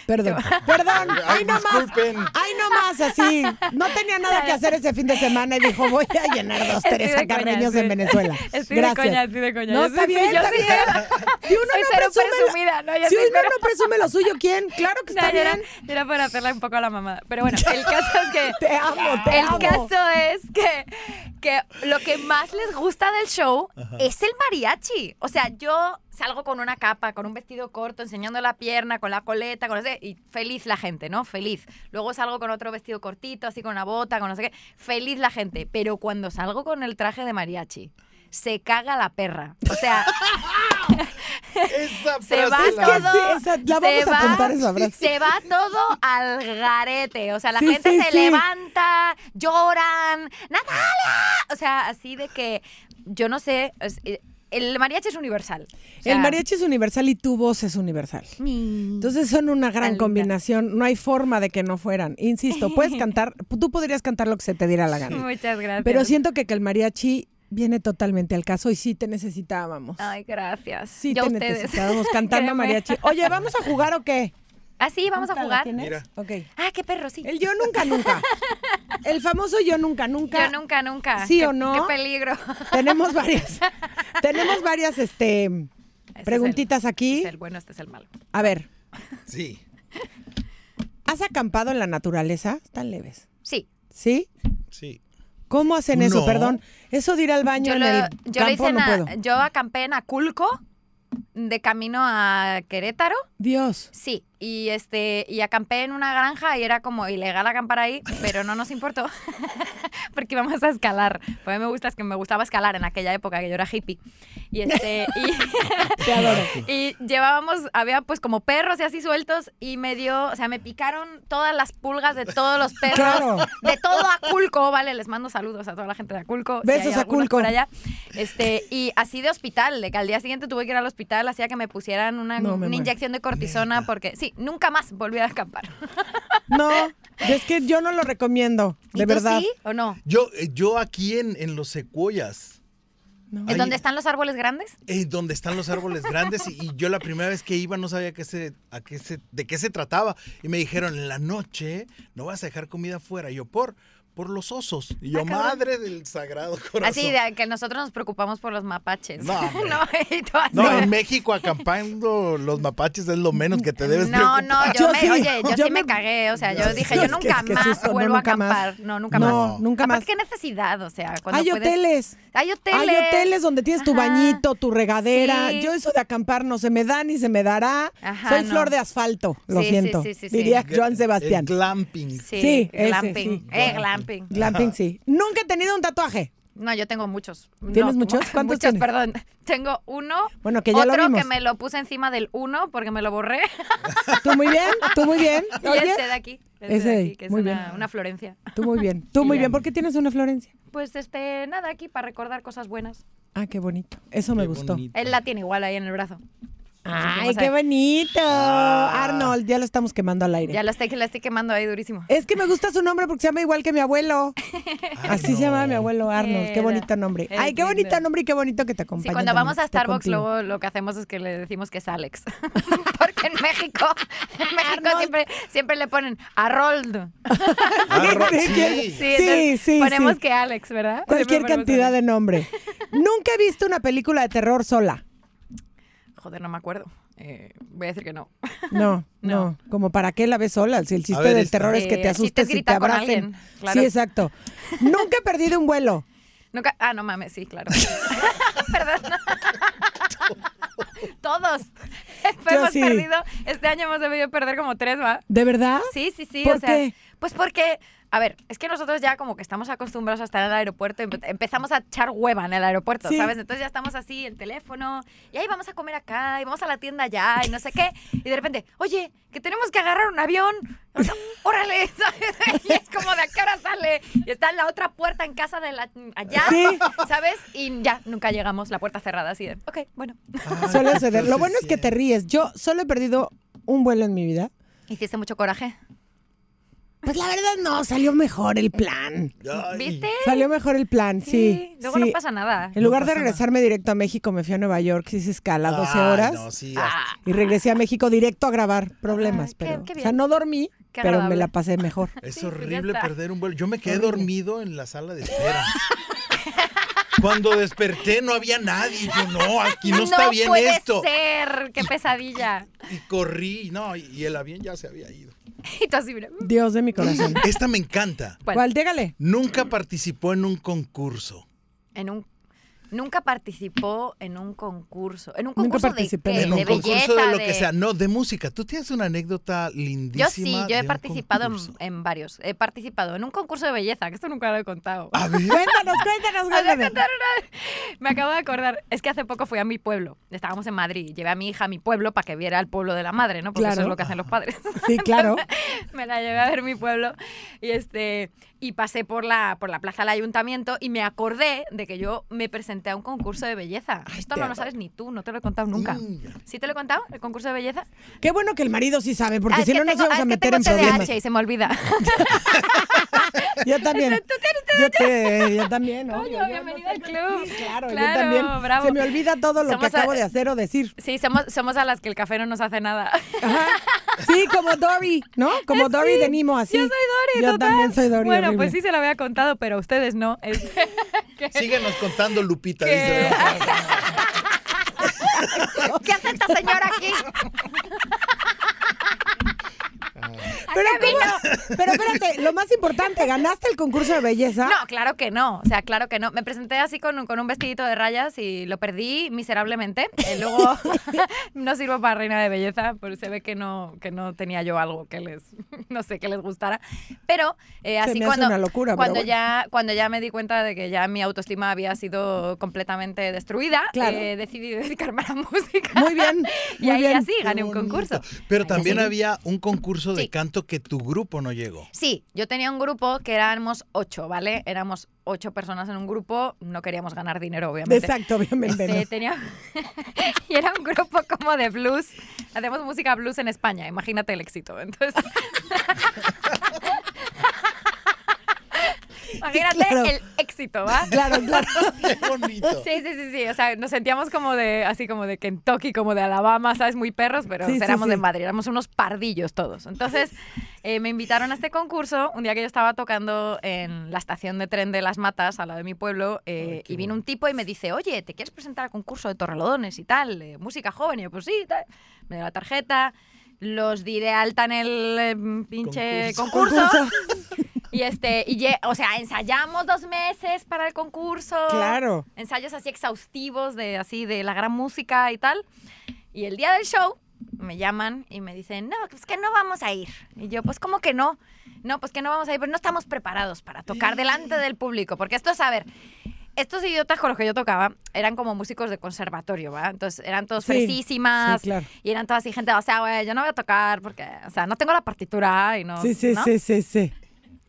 S2: Perdón, <laughs> perdón,
S4: Ay,
S2: ahí nomás,
S4: disculpen.
S2: ahí nomás, así. No tenía nada que hacer ese fin de semana y dijo, voy a llenar dos
S3: Estoy de
S2: Teresa
S3: coña,
S2: Carreños
S3: estoy-
S2: en Venezuela.
S3: <laughs> estoy de
S2: Gracias.
S3: coña, estoy de coña.
S2: No,
S3: Yo
S2: está
S3: soy-
S2: bien,
S3: yo
S2: está
S3: soy
S2: bien. Si uno
S3: Soy
S2: no
S3: cero
S2: presume, lo-
S3: presumida, no, yo
S2: si
S3: soy
S2: uno
S3: cero.
S2: no presume lo suyo, ¿quién? Claro que está
S3: No, yo era,
S2: bien.
S3: yo era para hacerla un poco a la mamada. Pero bueno, el caso es que.
S2: <laughs> Te amo, te
S3: el
S2: amo.
S3: caso es que, que lo que más les gusta del show es el mariachi. O sea, yo salgo con una capa, con un vestido corto, enseñando la pierna, con la coleta, con no sé, y feliz la gente, ¿no? Feliz. Luego salgo con otro vestido cortito, así con una bota, con no sé qué. Feliz la gente. Pero cuando salgo con el traje de mariachi, se caga la perra. O sea.
S4: Esa
S3: <laughs> Se va
S4: frase la-
S3: todo.
S2: sí, esa- la vamos
S3: se
S2: a apuntar esa frase.
S3: Se va todo al garete. O sea, la
S2: Sí,
S3: gente
S2: sí,
S3: se
S2: sí.
S3: levanta, lloran. ¡Natalia! O sea, así de que yo no sé. es- eh, el mariachi es universal. O sea,
S2: El mariachi es universal y tu voz es universal.
S3: mi-
S2: Entonces son una gran
S3: Talita.
S2: combinación, no hay forma de que no fueran. Insisto, puedes cantar, tú podrías cantar lo que se te diera la gana.
S3: Muchas gracias.
S2: Pero siento que, que el mariachi viene totalmente al caso y sí te necesitábamos.
S3: Ay, gracias.
S2: sí
S3: Yo a
S2: te
S3: Ah, ustedes. <laughs>
S2: necesitábamos cantando
S3: Créeme.
S2: mariachi. Oye, ¿vamos a jugar o qué?
S3: Ah, sí, vamos a
S2: ¿La
S3: jugar.
S2: tienes?
S4: Mira.
S2: Ok.
S3: Ah, qué perro, sí.
S2: El yo nunca, nunca. El famoso yo nunca, nunca.
S3: Yo nunca, nunca.
S2: ¿Sí
S3: Qué-
S2: o no?
S3: Qué peligro. <laughs>
S2: Tenemos varias, tenemos varias este,
S3: Este es
S2: preguntitas
S3: el-
S2: aquí.
S3: este es el bueno, este es el malo.
S2: A ver,
S4: Sí.
S2: ¿has acampado en la naturaleza? Están leves.
S3: Sí.
S2: ¿Sí?
S4: Sí.
S2: ¿Cómo hacen eso?
S4: No.
S2: Perdón. Eso de ir al baño
S3: Yo
S2: en
S3: lo,
S2: el
S3: yo lo
S2: campo
S3: hice en
S2: no
S3: a-
S2: puedo.
S3: yo acampé en Aculco de camino a Querétaro.
S2: Dios.
S3: Sí, y este y acampé en una granja y era como ilegal acampar ahí, pero no nos importó <laughs> porque íbamos a escalar. Pues a mí me gusta es que me gustaba escalar en aquella época que yo era hippie. Y este
S2: <laughs>
S3: y,
S2: Te adoro.
S3: <laughs> y llevábamos había pues como perros y así sueltos y me dio, o sea, me picaron todas las pulgas de todos los perros
S2: Claro.
S3: de todo Aculco, vale, les mando saludos a toda la gente de Aculco. si
S2: Besos,
S3: hay algunos
S2: Aculco.
S3: Por allá. Este, y así de hospital, de que al día siguiente tuve que ir al hospital, hacía que me pusieran una,
S2: No, me
S3: una
S2: muero.
S3: inyección de cortisona, porque sí, nunca más volví a acampar.
S2: No, es que yo no lo recomiendo, <laughs>
S3: ¿Y
S2: de
S3: tú
S2: verdad.
S3: sí o no?
S4: Yo, eh, yo aquí en, en los secuoyas,
S3: ¿En
S4: Ahí-
S3: donde están los árboles grandes?
S4: eh, donde están los árboles grandes, y, y yo la primera vez que iba no sabía qué se, a qué se, de qué se trataba. Y me dijeron, en la noche no vas a dejar comida afuera. Y yo, por, por los osos. Y yo, madre del sagrado corazón.
S3: Ah, Así de que nosotros nos preocupamos por los mapaches.
S4: No, hombre.
S3: <laughs> no, y tú así
S4: No,
S3: de-
S4: en México acampando los mapaches es lo menos que te debes
S3: No,
S4: preocupar.
S3: no, yo,
S2: Yo
S3: me,
S2: sí,
S3: oye, yo,
S2: yo
S3: sí me,
S2: me-
S3: cagué, o sea, yo dije,
S2: Es
S3: yo
S2: que-
S3: nunca
S2: es que
S3: más
S2: susto, no,
S3: vuelvo
S2: nunca
S3: a
S2: más.
S3: acampar, no, nunca más.
S2: No, nunca más.
S3: Aparte, qué necesidad, o sea, cuando
S2: Hay
S3: puedes-
S2: hoteles.
S3: Hay hoteles.
S2: Hay hoteles donde tienes tu
S3: Ajá.
S2: bañito, tu regadera.
S3: Sí.
S2: Yo eso de acampar no se me da ni se me dará.
S3: Ajá,
S2: Soy
S3: no.
S2: flor de asfalto, lo
S3: Sí, sí,
S2: siento.
S3: sí, sí, sí.
S2: Diría Joan
S4: El
S2: Sebastián.
S4: glamping.
S3: Sí,
S2: Sí, ese,
S3: glamping.
S2: sí.
S3: Eh, glamping.
S2: Glamping sí. Nunca he tenido un tatuaje.
S3: No, yo tengo muchos. No,
S2: ¿Tienes
S3: <laughs>
S2: muchos? ¿Cuántos
S3: muchos,
S2: tienes?
S3: perdón. Tengo uno.
S2: Bueno, que ya lo
S3: otro
S2: vimos.
S3: que me lo puse encima del uno porque me lo borré. <laughs>
S2: Tú muy bien, tú muy bien.
S3: y
S2: Oye,
S3: este de aquí. Este
S2: Ese de
S3: de
S2: ahí,
S3: aquí, que es
S2: muy
S3: una,
S2: bien.
S3: una Florencia.
S2: tú muy bien, tú muy bien. ¿Por qué tienes una Florencia?
S3: Pues este, nada, aquí para recordar cosas buenas.
S2: Ah, qué bonito. Eso me gustó.
S3: Él la tiene igual ahí en el brazo.
S2: Ay,
S3: vamos a
S2: qué
S3: ver.
S2: bonito. Ah. Arnold, ya lo estamos quemando al aire.
S3: Ya la estoy, la estoy quemando ahí durísimo.
S2: Es que me gusta su nombre porque se llama igual que mi abuelo. Así se llama mi abuelo Arnold. Qué
S3: Era.
S2: bonito nombre.
S3: Era
S2: Ay, qué
S3: lindo.
S2: bonito nombre y qué bonito que te
S3: Sí,
S2: acompañe.
S3: cuando
S2: también,
S3: vamos
S2: que
S3: a
S2: esté
S3: Starbucks,
S2: contigo.
S3: luego lo que hacemos es que le decimos que es Alex. <laughs> Porque en México,
S2: <laughs>
S3: en México siempre, siempre le ponen Arnold.
S4: Ah,
S2: <laughs>
S4: Sí.
S3: <laughs> Sí, entonces
S2: sí,
S3: Ponemos
S2: sí.
S3: que Alex, <laughs> ¿verdad?
S2: Cualquier
S3: Siempre ponemos
S2: cantidad
S3: Alex.
S2: de nombre. Nunca he visto una película de terror sola.
S3: Joder, no me acuerdo. Eh, voy a decir que no. <laughs>
S2: No, no. Como para qué la ves sola. Si el chiste
S4: ver,
S2: del
S4: esta.
S2: terror es
S3: Sí,
S2: que te
S3: el chiste
S2: asustes y
S3: es
S2: te
S3: gritar con
S2: abracen.
S3: alguien, claro.
S2: Sí, exacto. Nunca he perdido un vuelo.
S3: Nunca. Ah, no mames, sí, claro. <laughs> Perdón. <laughs> Todos. hemos
S2: sí.
S3: perdido. Este año hemos debido perder como tres, ¿va?
S2: ¿De verdad?
S3: Sí, sí, sí.
S2: ¿Por
S3: o sea,
S2: qué?
S3: Pues porque, a ver, es que nosotros ya como que estamos acostumbrados a estar en el aeropuerto, empe- empezamos a echar hueva en el aeropuerto,
S2: Eh. Sí.
S3: ¿sabes? Entonces ya estamos así, el teléfono, y ahí vamos a comer acá, y vamos a la tienda allá, y no sé qué, y de repente, oye, que tenemos que agarrar un avión,
S2: <laughs>
S3: O sea, órale, ¿sabes? Y es como, ¿de a qué hora sale? Y está en la otra puerta en casa de la, allá,
S2: Sí.
S3: ¿sabes? Y ya, nunca llegamos, la puerta cerrada, así de, ok, bueno. <laughs>
S4: Ah,
S2: Suele suceder. Lo bueno es que te ríes. Yo solo he perdido un vuelo en mi vida.
S3: Hiciste mucho coraje,
S2: Pues la verdad no, salió mejor el plan.
S3: ¿viste?
S2: Salió mejor el plan, sí.
S3: ¿Eh? Luego
S2: sí.
S3: no pasa nada.
S2: En lugar de regresarme directo a México, me fui a Nueva York, hice escala 12 horas Ah,
S4: No, sí,
S3: Ah.
S2: y regresé a México directo a grabar problemas.
S3: qué-
S2: pero,
S3: qué
S2: O sea,
S3: bien.
S2: no dormí,
S3: Qué
S2: pero me
S3: agradable.
S2: la pasé
S3: <laughs>
S2: mejor.
S4: Es
S3: Sí, pues ya
S4: horrible
S3: está.
S4: perder un vuelo. Yo me quedé dormido en la sala de espera. <laughs> Cuando desperté no había nadie. Yo no, aquí no, está bien
S3: Ah, puede
S4: esto.
S3: ser, qué pesadilla. <laughs>
S4: Y corrí, no, y- y el avión ya se había ido.
S3: Y tú así, mira,
S2: Dios de mi <laughs> corazón.
S4: Esta me encanta.
S3: ¿Cuál?
S2: ¿Cuál? Dígale.
S4: Nunca participó en un concurso.
S3: en un nunca participó en un concurso, en un
S2: Nunca
S3: concurso de
S2: participé
S3: qué?
S2: Eh,
S4: en un
S3: de
S4: concurso
S3: belleza,
S4: de lo que sea. No, de música. Tú tienes una anécdota lindísima.
S3: Yo sí, yo
S4: de
S3: he
S4: un
S3: participado en,
S4: concurso.
S3: en varios. He participado en un concurso de belleza, que esto nunca lo he contado.
S4: A ver.
S3: <laughs>
S2: Cuéntanos, cuéntanos,
S3: Os voy a
S2: cuéntanos.
S3: contar una- Me acabo de acordar, es que hace poco fui a mi pueblo, estábamos en Madrid, llevé a mi hija a mi pueblo para que viera el pueblo de la madre, ¿no? Porque eso
S2: Claro.
S3: es lo que hacen los padres. <laughs>
S2: Sí, claro.
S3: me la llevé a ver mi pueblo y este y pasé por la por la plaza del ayuntamiento y me acordé de que yo me presenté presenté a un concurso de belleza.
S2: Ay,
S3: Esto
S2: te
S3: no lo
S2: adoro.
S3: sabes ni tú, no te lo he contado nunca.
S4: Inga.
S3: ¿Sí te lo he contado? ¿El concurso de belleza?
S2: Qué bueno que el marido sí sabe, porque
S3: Ah, es
S2: si
S3: que
S2: no nos
S3: tengo-
S2: íbamos
S3: ah,
S2: a
S3: es que
S2: meter
S3: tengo
S2: en problemas.
S3: TDAH y se me olvida.
S2: <laughs> Yo también. Yo, te, yo también.
S3: Coño,
S2: obvio, yo
S3: bienvenida
S2: sé
S3: al
S2: qué-
S3: club.
S2: sí, Claro, yo
S3: Claro,
S2: también.
S3: bravo.
S2: Se me olvida todo lo que
S3: Somos a-
S2: acabo de hacer o decir.
S3: Sí, somos, somos a las que el café no nos hace nada.
S2: Ajá. <laughs>
S3: <laughs>
S2: Sí, como Dory, ¿no? Como Dory de Nimo, así.
S3: Yo soy Dori,
S2: Yo
S3: total.
S2: también soy Dory.
S3: Bueno,
S2: horrible.
S3: pues sí se lo había contado, pero ustedes no. Es- que-
S4: Síguenos contando, Lupita. dice.
S3: ¿Qué? ¿Qué hace esta señora aquí?
S2: Pero, ¿cómo- pero espérate, lo más importante, ganaste el concurso de belleza.
S3: No, claro que no. O sea, claro que no. Me presenté así con un, con un vestidito de rayas y lo perdí miserablemente. Eh,
S2: <laughs>
S3: luego <laughs> no sirvo para reina de belleza, pero se ve que no, que no tenía yo algo que les, <laughs> no sé, que les gustara. Pero eh, así
S2: me hace
S3: cuando,
S2: una locura, pero
S3: cuando
S2: bueno.
S3: ya, cuando ya me di cuenta de que ya mi autoestima había sido completamente destruida,
S2: Claro.
S3: eh, decidí dedicarme a la <laughs> música.
S2: Muy bien,
S3: y
S2: muy
S3: ahí
S2: bien.
S3: así gané un
S4: Qué bonito.
S3: concurso.
S4: Pero también
S3: sí.
S4: había un concurso de
S3: Sí.
S4: canto que tu grupo no llegó.
S3: Sí, yo tenía un grupo que éramos ocho, ¿vale? Éramos ocho personas en un grupo, no queríamos ganar dinero, obviamente.
S2: Exacto, obviamente.
S3: Este,
S2: no.
S3: tenía- <laughs> y era un grupo como de blues. Hacemos música blues en España, imagínate el
S2: <laughs>
S3: éxito. Entonces. <laughs> imagínate
S2: Claro.
S3: el éxito, ¿va?
S2: Claro, claro.
S4: Qué bonito.
S3: Sí, sí, sí, sí. O sea, nos sentíamos como de, así como de Kentucky, como de Alabama, ¿sabes? Muy perros, pero
S2: Sí, sí,
S3: éramos
S2: sí.
S3: de Madrid, éramos unos pardillos todos. Entonces, eh, me invitaron a este concurso un día que yo estaba tocando en la estación de tren de Las Matas, al lado de mi pueblo, eh, y vino un tipo y me dice, oye, ¿te quieres presentar al concurso de Torrelodones y tal? eh, música joven. Y yo, pues sí, tal. Me dio la tarjeta. Los di de alta en el eh, pinche concurso.
S2: Concurso.
S3: Y este, y lle- o sea, ensayamos dos meses para el concurso.
S2: Claro.
S3: Ensayos así exhaustivos de así de la gran música y tal. Y el día del show me llaman y me dicen, no, pues que no vamos a ir. Y yo, pues ¿cómo que no? No, pues que no vamos a ir, pero no estamos preparados para tocar delante del público. Porque esto es, a ver, estos idiotas con los que yo tocaba eran como músicos de conservatorio, ¿va? Entonces eran todos
S2: Sí,
S3: fresísimas
S2: sí, claro.
S3: y eran todas así gente, o sea, güey, yo no voy a tocar porque, o sea, no tengo la partitura y <laughs>
S2: <laughs>
S3: no...
S2: Sí, sí,
S3: ¿no?
S2: sí, sí, sí.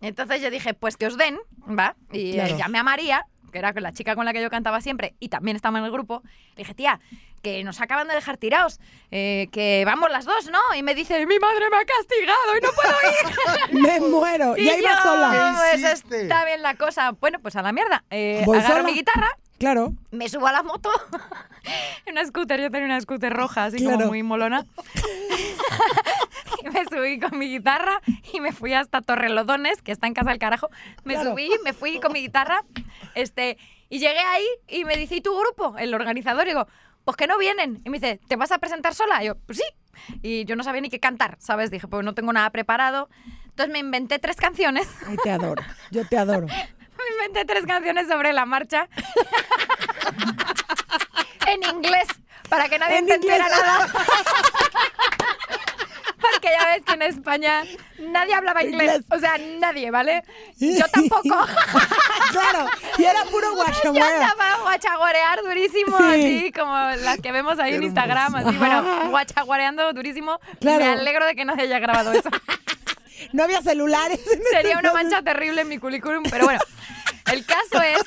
S3: Entonces yo dije, pues que os den, ¿va? Y eh,
S2: Claro.
S3: llamé a María, que era la chica con la que yo cantaba siempre y también estaba en el grupo. Le dije, tía, que nos acaban de dejar tirados, eh, que vamos las dos, ¿no? Y me dice, mi madre me ha castigado y no puedo ir.
S2: Me muero. <laughs> Y ahí
S3: yo,
S2: va sola.
S4: ¿Qué
S3: Pues
S4: hiciste?
S3: está bien la cosa. Bueno, pues a la mierda. Eh,
S2: Voy
S3: agarro
S2: sola.
S3: mi guitarra,
S2: Claro.
S3: me subo a la moto. <laughs> una scooter, yo tenía una scooter roja, así
S2: Claro.
S3: como muy <laughs> molona. y me subí con mi guitarra y me fui hasta Torrelodones, que está en casa del carajo. Me
S2: Claro.
S3: subí, me fui con mi guitarra. Este, y llegué ahí y me dice, ¿y tu grupo? El organizador. Y digo, pues que no vienen. Y me dice, ¿te vas a presentar sola? Y yo, pues sí. Y yo no sabía ni qué cantar, ¿sabes? Dije, pues no tengo nada preparado. Entonces me inventé tres canciones.
S2: Ay, te adoro. Yo te
S3: <laughs>
S2: adoro.
S3: Me inventé tres canciones sobre
S2: <laughs>
S3: la marcha. en inglés, para que nadie
S2: En
S3: entendiera
S2: inglés.
S3: nada. Porque ya ves que en España nadie hablaba inglés.
S2: Inglés.
S3: O sea, nadie, ¿vale? Yo tampoco.
S2: <laughs> claro. Y era <laughs> puro
S3: <laughs> Yo
S2: guachamaya.
S3: andaba guachaguarear durísimo,
S2: Sí.
S3: así como las que vemos ahí en
S4: Qué
S3: Instagram. Así,
S2: Ajá.
S3: bueno, guachaguareando durísimo.
S2: Claro.
S3: Me alegro de que nadie haya
S2: <laughs>
S3: grabado eso.
S2: No había celulares.
S3: Sería una mancha terrible en mi currículum, pero bueno. El caso es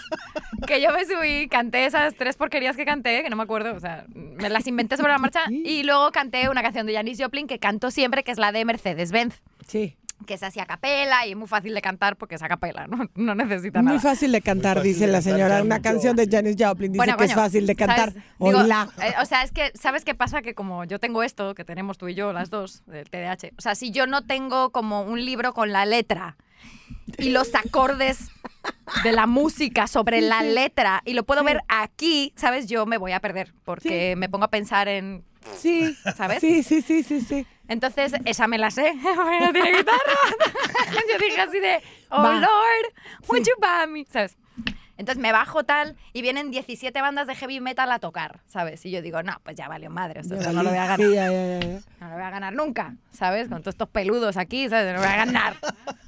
S3: que yo me subí, canté esas tres porquerías que canté, que no me acuerdo, o sea, me las inventé sobre la marcha, y luego canté una canción de Janis Joplin que canto siempre, que es la de Mercedes-Benz,
S2: Sí.
S3: que es así a capela y es muy fácil de cantar porque es a capela, no, no necesita
S2: Muy
S3: nada.
S2: fácil de cantar,
S4: fácil
S2: dice
S4: de
S2: la
S4: cantar,
S2: señora.
S4: Janis
S2: Una canción de Janis Joplin dice
S3: Bueno,
S2: que es
S3: coño,
S2: fácil de cantar.
S3: ¿sabes? Digo,
S2: Hola.
S3: eh, o sea, es que, ¿sabes qué pasa? Que como yo tengo esto, que tenemos tú y yo, las dos, del TDAH, o sea, si yo no tengo como un libro con la letra y los acordes de la música sobre la letra y lo puedo ver aquí, ¿sabes? Yo me voy a perder porque me pongo a pensar en...
S2: Sí.
S3: ¿Sabes?
S2: Sí, sí, sí, sí, sí.
S3: Entonces, esa me la sé. <laughs> porque no tiene guitarra. <laughs> Yo dije así de, oh
S2: Va.
S3: Lord, would you buy me? ¿Sabes? Entonces me bajo tal y vienen 17 bandas de heavy metal a tocar, ¿sabes? Y yo digo, no, pues ya valió madre, esto no lo voy a ganar.
S2: Sí, ya, ya, ya, ya.
S3: No lo voy a ganar nunca, ¿sabes? Con todos estos peludos aquí, ¿sabes? No voy a ganar.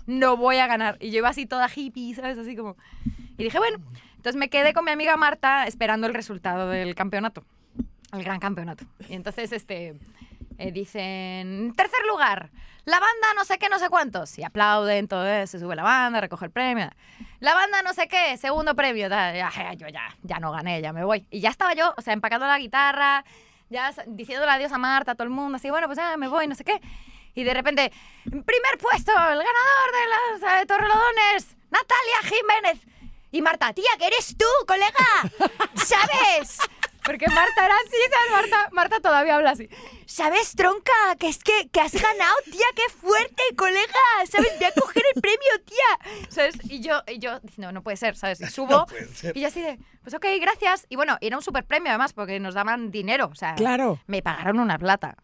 S3: No voy a ganar. Y yo iba así toda hippie, ¿sabes? Así como. Y dije, bueno. Entonces me quedé con mi amiga Marta esperando el resultado del campeonato. El gran campeonato. Y entonces, este. eh, dicen, tercer lugar, la banda no sé qué, no sé cuántos. Y aplauden, todo eso, se sube la banda, recoge el premio. la banda no sé qué, segundo premio, da- ya, ya, yo ya, ya no gané, ya me voy. Y ya estaba yo, o sea, empacando la guitarra, ya s- diciéndole adiós a Marta, a todo el mundo, así, bueno, pues ya me voy, no sé qué. Y de repente, primer puesto, el ganador de los eh, Torrelodones, Natalia Jiménez. Y Marta, tía, que eres tú, <laughs> colega, ¿sabes? Porque Marta era así, ¿sabes? Marta, Marta todavía habla así. ¿Sabes, tronca? Que es que, que has ganado, tía, qué fuerte, colega. ¿Sabes? Voy a coger el premio, tía. ¿Sabes? Y yo, y yo no, <laughs> no puede ser, ¿sabes? Y subo.
S4: No puede ser.
S3: Y yo así de, pues ok, gracias. Y bueno, era un super premio además, porque nos daban dinero. O sea,
S2: Claro.
S3: me pagaron una plata.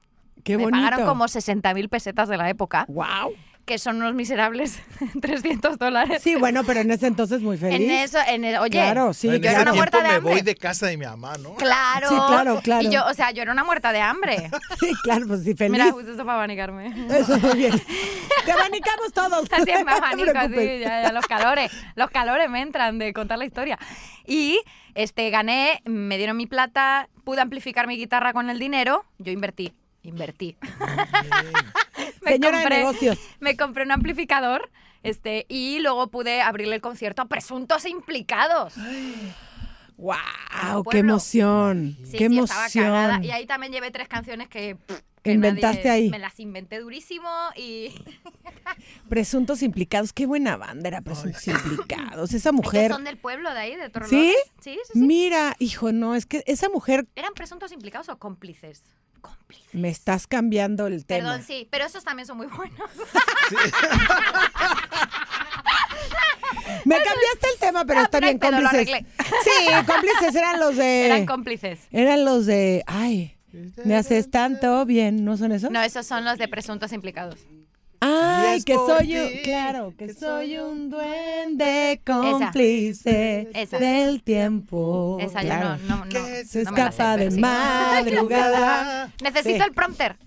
S2: Qué
S3: me
S2: bonito.
S3: pagaron como 60 mil pesetas de la época,
S2: Wow.
S3: que son unos miserables <laughs> 300 dólares.
S2: Sí, bueno, pero en ese entonces muy feliz.
S3: En eso, en el- oye,
S2: Claro, sí,
S4: En ese
S3: yo era una
S2: claro.
S3: muerta de
S4: me
S3: hambre.
S4: voy de casa de mi mamá, ¿no?
S3: Claro.
S2: Sí, claro, claro.
S3: Y yo, o sea, yo era una muerta de hambre.
S2: <laughs> Sí, claro, pues sí, feliz.
S3: Mira, justo eso
S2: <laughs>
S3: para abanicarme. <laughs>
S2: Eso muy bien. Te abanicamos todos.
S3: Así
S2: <laughs>
S3: me
S2: No te
S3: abanico, así,
S2: preocupes.
S3: ya, ya, los calores, los calores me entran de contar la historia. Y este gané, me dieron mi plata, pude amplificar mi guitarra con el dinero, yo invertí, invertí. <laughs> Me
S2: Ah, Señora de negocios.
S3: Me compré un amplificador, este, y luego pude abrirle el concierto a presuntos implicados.
S2: ¡Wow! ¡Qué
S3: pueblo.
S2: emoción!
S3: Sí,
S2: ¡Qué
S3: sí, estaba cagada.
S2: emoción!
S3: Y ahí también llevé tres canciones que, pff,
S2: Que
S3: que
S2: inventaste ahí.
S3: Me las inventé durísimo y <laughs>
S2: Presuntos implicados. ¡Qué buena banda era Presuntos
S3: <laughs>
S2: implicados! Esa
S3: Ellos
S2: mujer.
S3: son del pueblo de ahí, de Torrelodones.
S2: ¿Sí? Mm.
S3: Sí, sí, sí.
S2: Mira, hijo, no, es que esa mujer
S3: ¿Eran presuntos implicados o cómplices? Cómplices.
S2: me estás cambiando el tema.
S3: Perdón, sí, pero esos también son muy buenos.
S2: Me cambiaste el tema, pero
S3: No,
S2: está
S3: no
S2: bien,
S3: hay pedo, Ah, lo
S2: cómplices.
S3: arreglé.
S2: <laughs> Sí, cómplices eran los de.
S3: Eran cómplices.
S2: Eran los de. Ay, me haces tanto bien, ¿no son esos?
S3: No, esos son los de presuntos implicados.
S2: Ay,
S4: es
S2: que
S4: por
S2: soy
S4: ti,
S2: un, claro, que soy un duende cómplice
S3: Esa.
S2: del tiempo.
S3: Esa
S2: Oh, Claro.
S3: yo no, no, no.
S4: ¿Qué
S2: Se
S3: no me la sé,
S2: escapa
S3: pero
S2: de <laughs>
S3: sí.
S2: madrugada.
S3: Necesito
S2: Sí.
S3: el prompter.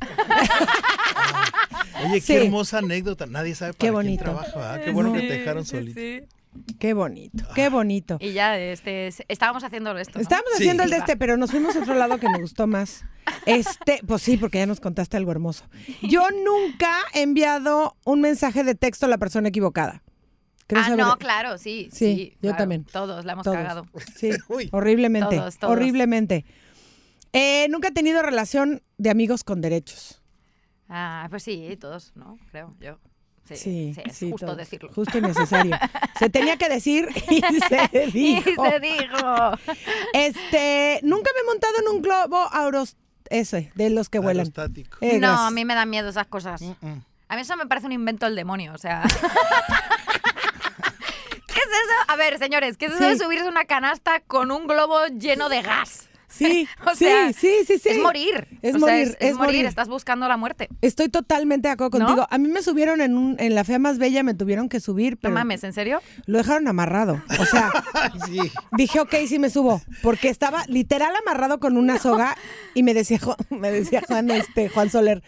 S4: Oye,
S2: Sí.
S4: qué hermosa anécdota. Nadie sabe para
S2: Qué
S4: qué
S2: bonito.
S4: quién trabaja. ¿verdad? Qué bueno que te dejaron solito.
S2: <laughs> Qué bonito, qué bonito.
S3: Y ya, este, es- estábamos haciendo esto. ¿no?
S2: Estábamos
S4: Sí.
S2: haciendo el de
S3: Iba.
S2: este, pero nos fuimos a otro lado que me gustó más. Este, pues sí, porque ya nos contaste algo hermoso. Yo nunca he enviado un mensaje de texto a la persona equivocada. ¿Crees
S3: Ah,
S2: saber-
S3: no, claro, sí.
S2: Sí,
S3: Sí,
S2: yo
S3: claro,
S2: también.
S3: Todos la hemos
S2: Todos.
S3: cagado.
S2: <laughs> Sí,
S4: Uy.
S2: horriblemente,
S3: Todos, todos.
S2: horriblemente. Eh, nunca he tenido relación de amigos con derechos.
S3: Ah, pues sí, todos, ¿no? Creo, yo. Sí,
S2: Sí,
S3: este, sí, es
S2: sí,
S3: justo
S2: todos.
S3: decirlo.
S2: Justo y necesario. Se tenía que
S3: <laughs>
S2: decir y se
S3: Y
S2: dijo.
S3: se
S2: <laughs>
S3: dijo.
S2: Este, nunca me he montado en un globo auros, ese, de los que vuelan.
S4: Aerostático.
S2: Eh,
S3: no, a
S2: gracias.
S3: mí me dan miedo esas cosas.
S4: Mm.
S3: A mí eso me parece un invento del demonio,
S2: <laughs>
S3: o sea. ¿Qué es eso? A ver, señores, ¿qué es eso de
S2: Sí.
S3: subirse a una canasta con un globo lleno de gas? <laughs>
S2: Sí,
S3: O
S2: sí,
S3: sea,
S2: sí, sí, sí.
S3: Es morir.
S2: Es
S3: O sea,
S2: morir,
S3: es,
S2: es
S3: morir.
S2: morir.
S3: Estás buscando la muerte.
S2: Estoy totalmente de acuerdo
S3: ¿No?
S2: contigo. A mí me subieron en, un, en la fea más bella, me tuvieron que subir,
S3: No
S2: pero
S3: mames, ¿en serio?
S2: lo dejaron amarrado. O sea,
S4: Sí.
S2: dije, ok, sí me subo, porque estaba literal amarrado con una soga y me decía, Ju- me decía Juan, este, Juan Soler,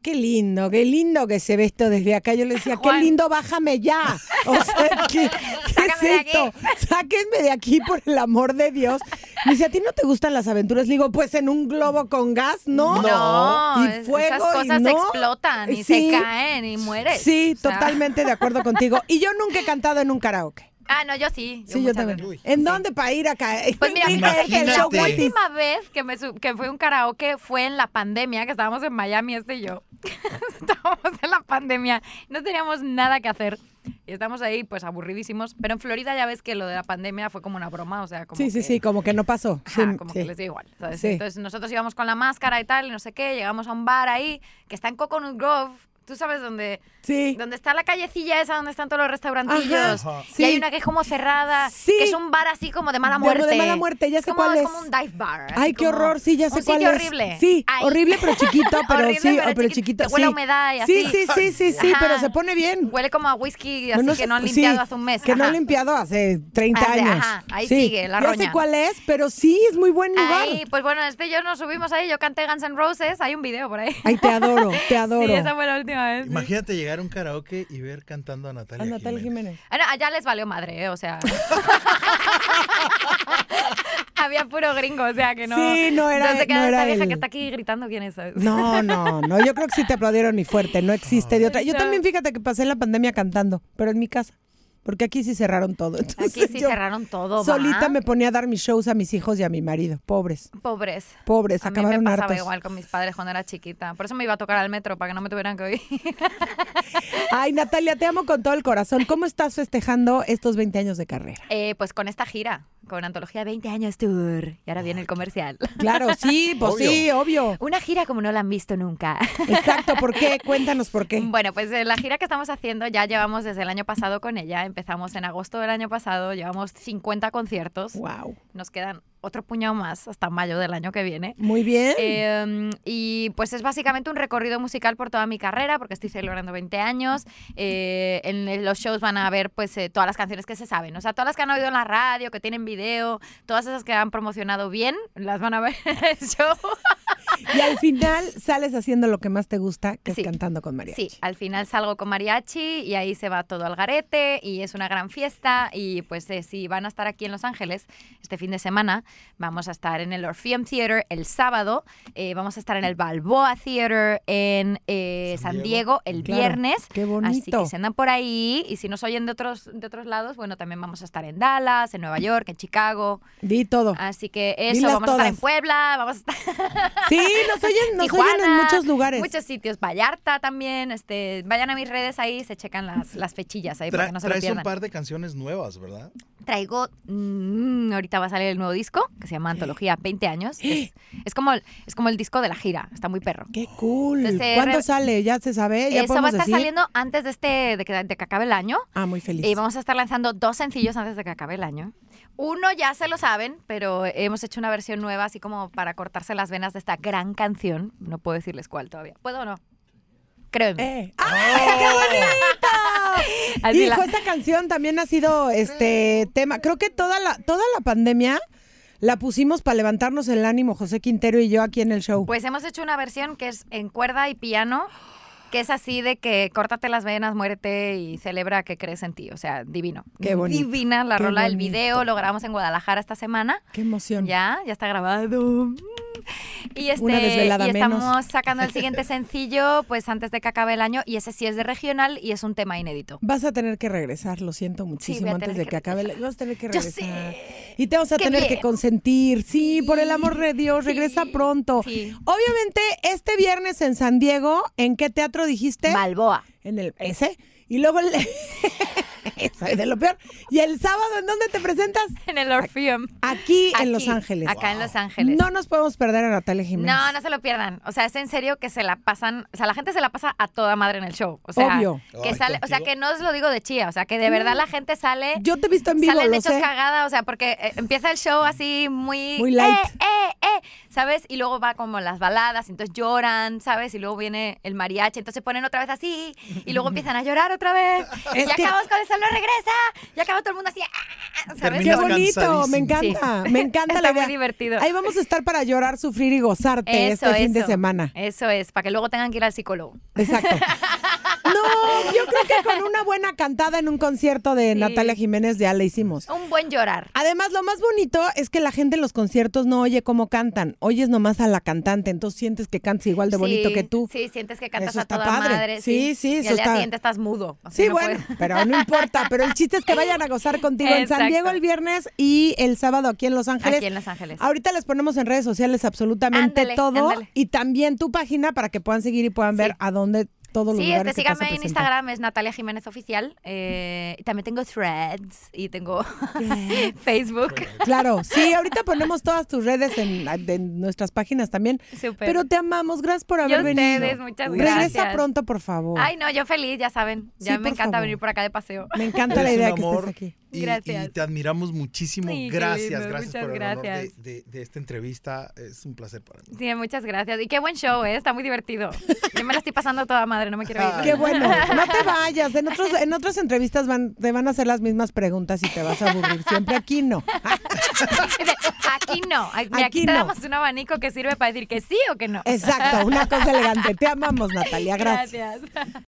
S2: qué lindo, qué lindo que se ve esto desde acá. Yo le decía,
S3: Juan.
S2: qué lindo, bájame ya. O
S3: <laughs>
S2: sea, ¿qué, qué
S3: Sácame de
S2: es esto? Sáquenme de aquí por el amor de Dios. Me dice, ¿a ti no te gustan las aventuras? Le digo, pues en un globo con gas, ¿no?
S3: No,
S2: Y
S3: es-
S2: fuego,
S3: esas
S2: y
S3: cosas
S2: no.
S3: explotan y
S2: Sí.
S3: se caen y mueres.
S2: Sí,
S3: O sea,
S2: totalmente de acuerdo contigo. Y yo nunca he cantado en un karaoke.
S3: Ah, no, yo sí.
S2: Sí, yo
S3: muchas
S2: también.
S3: veces.
S2: ¿En dónde para ir acá? <laughs>
S3: Pues mira, fíjate que
S4: Imagínate.
S3: la
S4: Show gratis.
S3: última vez que me sub- que fue un karaoke fue en la pandemia, que estábamos en Miami, este y yo. <laughs> estábamos en la pandemia, no teníamos nada que hacer. Y estábamos ahí, pues aburridísimos. Pero en Florida ya ves que lo de la pandemia fue como una broma, o sea, como.
S2: Sí, sí,
S3: que-
S2: sí, como que no pasó. Sí,
S3: Ajá, como
S2: sí.
S3: que les dio igual, ¿sabes?
S2: Sí.
S3: Entonces nosotros íbamos con la máscara y tal, y no sé qué, llegamos a un bar ahí, que está en Coconut Grove, tú sabes dónde,
S2: Sí.
S3: donde está la callecilla esa, donde están todos los restaurantillos,
S4: Ajá.
S3: y hay
S2: Sí.
S3: una que es como cerrada,
S2: Sí.
S3: que es un bar así como de mala
S2: De- de
S3: muerte.
S2: mala muerte, ya
S3: Es
S2: sé
S3: como-
S2: cuál
S3: es
S2: es.
S3: como un dive bar. así
S2: Ay, qué
S3: como
S2: horror, sí, ya sé
S3: un
S2: cuál
S3: sitio
S2: es.
S3: horrible.
S2: Sí,
S3: Ahí.
S2: horrible pero chiquito,
S3: <laughs>
S2: pero
S3: Horrible,
S2: sí, oh,
S3: pero
S2: pero
S3: chiqui-
S2: chiquito,
S3: que huele a
S2: sí.
S3: humedad y así.
S2: Sí, sí, sí, sí, sí,
S3: Ajá.
S2: pero se pone bien.
S3: Huele como a whisky, así que
S2: sé-
S3: no han
S2: sí,
S3: limpiado hace un mes.
S2: Que no
S3: Ajá.
S2: han limpiado hace 30
S3: Hace-
S2: años.
S3: ajá, ahí sigue, la
S2: ya sé
S3: roña.
S2: cuál es, pero sí, es muy buen lugar.
S3: Ahí, pues bueno, este y yo nos subimos ahí, yo canté Guns N' Roses, hay un video por ahí.
S2: Ay, te adoro, te adoro.
S3: <laughs> Sí, esa fue la última vez. sí.
S4: Imagínate llegar a un karaoke y ver cantando a Natalia.
S2: A Natalia
S4: Jiménez.
S2: Jiménez.
S3: Ah, no, allá les valió madre, ¿eh? o <laughs> sea. Había puro gringo, o sea que no.
S2: Sí, no era-
S3: Entonces, ¿qué
S2: no
S3: hace esta
S2: era
S3: vieja
S2: el-
S3: que está aquí gritando quién es? ¿sabes?
S2: No, no, no, yo creo que sí te aplaudieron y fuerte, no existe de otra. Yo
S3: No.
S2: también fíjate que pasé la pandemia cantando, pero en mi casa. Porque aquí sí cerraron todo. Entonces,
S3: Aquí sí
S2: yo
S3: cerraron todo.
S2: Solita
S3: ¿va?
S2: me ponía a dar mis shows a mis hijos y a mi marido. Pobres,
S3: Pobres.
S2: pobres,
S3: A mí me
S2: acabaron
S3: pasaba
S2: hartos.
S3: igual con mis padres cuando era chiquita. Por eso me iba a tocar al metro, para que no me tuvieran que oír.
S2: Ay, Natalia, te amo con todo el corazón. ¿Cómo estás festejando estos 20 años de carrera?
S3: <laughs> Eh, pues con esta gira, con Antología 20 años tour. Y ahora viene el comercial.
S2: Claro, sí, pues sí, obvio.
S3: <laughs> Una gira como no la han visto nunca.
S2: Exacto, ¿por qué? Cuéntanos por qué.
S3: <laughs> Bueno, pues eh, la gira que estamos haciendo ya llevamos desde el año pasado con ella. Empezamos en agosto del año pasado, llevamos 50 conciertos.
S2: Wow.
S3: Nos quedan otro puñado más hasta mayo del año que viene.
S2: Muy bien.
S3: Eh, y pues es básicamente un recorrido musical por toda mi carrera, porque estoy celebrando 20 años. Eh, en el- los shows van a ver pues eh, todas las canciones que se saben, o sea, todas las que han oído en la radio, que tienen video, todas esas que han promocionado bien, las van a ver <laughs> en el show.
S2: Y al final sales haciendo lo que más te gusta, que
S3: Sí.
S2: es cantando con María.
S3: Sí, al final salgo con mariachi y ahí se va todo al garete y es una gran fiesta y pues eh, si van a estar aquí en Los Ángeles este fin de semana, vamos a estar en el Orpheum Theater el sábado, eh, vamos a estar en el Balboa Theater en eh,
S4: San
S3: San
S4: Diego.
S3: Diego el
S2: Claro,
S3: viernes.
S2: qué
S3: Así
S2: bonito.
S3: que se andan por ahí y si nos oyen de otros, de otros lados, bueno, también vamos a estar en Dallas, en Nueva York, en Chicago.
S2: Di todo.
S3: Así que eso,
S2: Mm. Oh. Dilas
S3: vamos a estar en
S2: todas.
S3: Puebla, vamos a estar...
S2: Sí, nos oyen, nos oyen en
S3: Tijuana,
S2: muchos lugares.
S3: Muchos sitios. Vallarta también. Este, vayan a mis redes ahí, se checan las, las fechillas ahí para
S4: Tra-
S3: que no se lo
S4: traes un
S3: pierdan.
S4: par de canciones nuevas, ¿verdad?
S3: Traigo. mm, ahorita va a salir el nuevo disco que se
S2: <gasps>
S3: llama Antología 20 años. que
S2: ¡Eh!
S3: Es, es como, el- es como el disco de la gira. Está muy perro.
S2: Qué cool.
S3: Entonces, eh,
S2: ¿Cuándo
S3: re-
S2: sale? ¿Ya se sabe? ¡Eh! ¿Ya
S3: Eso va a
S2: podemos
S3: estar
S2: decir?
S3: saliendo antes de, este, de, que, de que acabe el año.
S2: Ah, muy feliz.
S3: Y vamos a estar lanzando dos sencillos antes de que acabe el año. Uno ya se lo saben, pero hemos hecho una versión nueva, así como para cortarse las venas de esta gran canción. No puedo decirles cuál todavía. ¿Puedo o no? Creo en mí.
S2: Eh. ¡Ay, qué bonito!
S3: <laughs> Así la- Mm.
S2: Hijo, esta canción también ha sido este tema. Creo que toda la, toda la pandemia la pusimos para levantarnos el ánimo, José Quintero y yo aquí en el show.
S3: Pues hemos hecho una versión que es en cuerda y piano, que es así de que córtate las venas, muérete y celebra que crees en ti. O sea, divino.
S2: Qué bonito,
S3: Divina la
S2: qué
S3: rola del
S2: bonito.
S3: video, lo grabamos en Guadalajara esta semana.
S2: qué emoción.
S3: Ya, ya está grabado. Y, este,
S2: Mm. Una desvelada
S3: y estamos
S2: menos.
S3: sacando el siguiente sencillo, pues antes de que acabe el año, y ese sí es de regional y es un tema inédito.
S2: Vas a tener que regresar, lo siento muchísimo,
S3: voy a
S2: antes
S3: tener
S2: de
S3: que
S2: que acabe. la- Vas a tener que
S3: Yo
S2: regresar.
S3: sé.
S2: Y te vas a
S3: Qué
S2: tener
S3: bien.
S2: que consentir. Sí, por el amor de Dios, regresa
S3: sí,
S2: pronto.
S3: sí.
S2: Obviamente, este viernes en San Diego, ¿en qué teatro dijiste?
S3: Balboa.
S2: En el ese. Y luego el. <laughs> Eso es de lo peor. Y el sábado, ¿en dónde te presentas?
S3: En el Orfeum.
S2: Aquí,
S3: Aquí,
S2: en Los Ángeles.
S3: Acá en Los Ángeles.
S2: No nos podemos perder a Natalia Jiménez.
S3: No, no se lo pierdan. O sea, es en serio que se la pasan, o sea, la gente se la pasa a toda madre en el show. O sea,
S2: Obvio. Mm.
S3: que
S4: Ay,
S3: sale, o sea,
S4: contigo.
S3: que no os lo digo de chía, o sea, que de verdad la gente sale
S2: Yo te he visto en vivo,
S3: salen
S2: lo
S3: hechos
S2: sé.
S3: cagada, o sea, porque eh, empieza el show así muy
S2: Muy light.
S3: eh, eh, eh, ¿sabes? Y luego va como las baladas, entonces lloran, ¿sabes? Y luego viene el mariachi, entonces se ponen otra vez así
S2: <laughs>
S3: y luego empiezan a llorar otra vez.
S2: Es
S3: y
S2: que-
S3: acabamos con el sol no regresa, y acaba todo el mundo así, ah, ¿sabes?
S2: Qué
S4: Terminas
S2: bonito, me
S4: cansadísimo.
S2: encanta, me encanta
S3: Está
S2: la
S3: muy
S2: idea.
S3: divertido.
S2: Ahí vamos a estar para llorar, sufrir y gozarte este fin de
S3: eso.
S2: semana.
S3: Eso es, para que luego tengan que ir al psicólogo.
S2: Exacto. No, yo creo que con una buena cantada en un concierto de Natalia Jiménez ya le hicimos.
S3: Un buen llorar.
S2: Además, lo más bonito es que la gente en los conciertos no oye cómo cantan, oyes nomás a la cantante, entonces sientes que canta igual de bonito
S3: Sí,
S2: que tú.
S3: Sí, sientes que cantas
S2: Eso
S3: a
S2: está
S3: toda
S2: padre.
S3: madre.
S2: Sí, sí,
S3: Y
S2: eso
S3: al día
S2: está-
S3: siguiente estás mudo. o sea,
S2: Sí,
S3: no
S2: bueno,
S3: puedes.
S2: pero no importa. Pero el chiste es que vayan a gozar contigo en San
S3: Exacto.
S2: Diego el viernes y el sábado aquí en Los Ángeles.
S3: Aquí en Los Ángeles.
S2: Ahorita les ponemos en redes sociales absolutamente
S3: Ándale,
S2: todo
S3: ándale.
S2: y también tu página para que puedan seguir y puedan ver
S3: Sí.
S2: a dónde todos los
S3: Sí,
S2: lugares
S3: este,
S2: que pues, te vas a
S3: síganme en
S2: presentar.
S3: Instagram, es Natalia Jiménez Oficial. Eh, y también tengo threads y tengo <laughs> Facebook.
S2: Claro, sí, ahorita ponemos todas tus redes en, en nuestras páginas también.
S3: Súper.
S2: Pero te amamos, gracias por haber
S3: a
S2: venido.
S3: ustedes, muchas
S2: Regresa
S3: gracias.
S2: pronto, por favor.
S3: Ay, no, yo feliz, ya saben. Ya
S2: Sí,
S3: me
S2: por
S3: encanta
S2: favor.
S3: venir por acá de paseo.
S2: Me encanta la
S4: Eres un
S2: idea que estés
S4: amor
S2: aquí.
S4: y- Y,
S3: Gracias.
S4: te admiramos muchísimo.
S3: Sí, qué
S4: gracias,
S3: lindo,
S4: gracias
S3: muchas
S4: por el honor de,
S3: gracias.
S4: de- de esta entrevista. Es un placer para mí.
S3: <laughs> Sí, muchas gracias. Y qué buen show, ¿eh? Está muy divertido. Yo me la estoy pasando toda madre, no me quiero ir. <laughs>
S2: Qué bueno, no te vayas. En, otros, en otras entrevistas van, te van a hacer las mismas preguntas y te vas a aburrir. Siempre aquí no. <laughs>
S3: Aquí no. Aquí, mira,
S2: Aquí
S3: aquí te
S2: no.
S3: damos un abanico que sirve para decir que sí o que no.
S2: Exacto, una cosa elegante. Te amamos, Natalia. Gracias.
S3: gracias.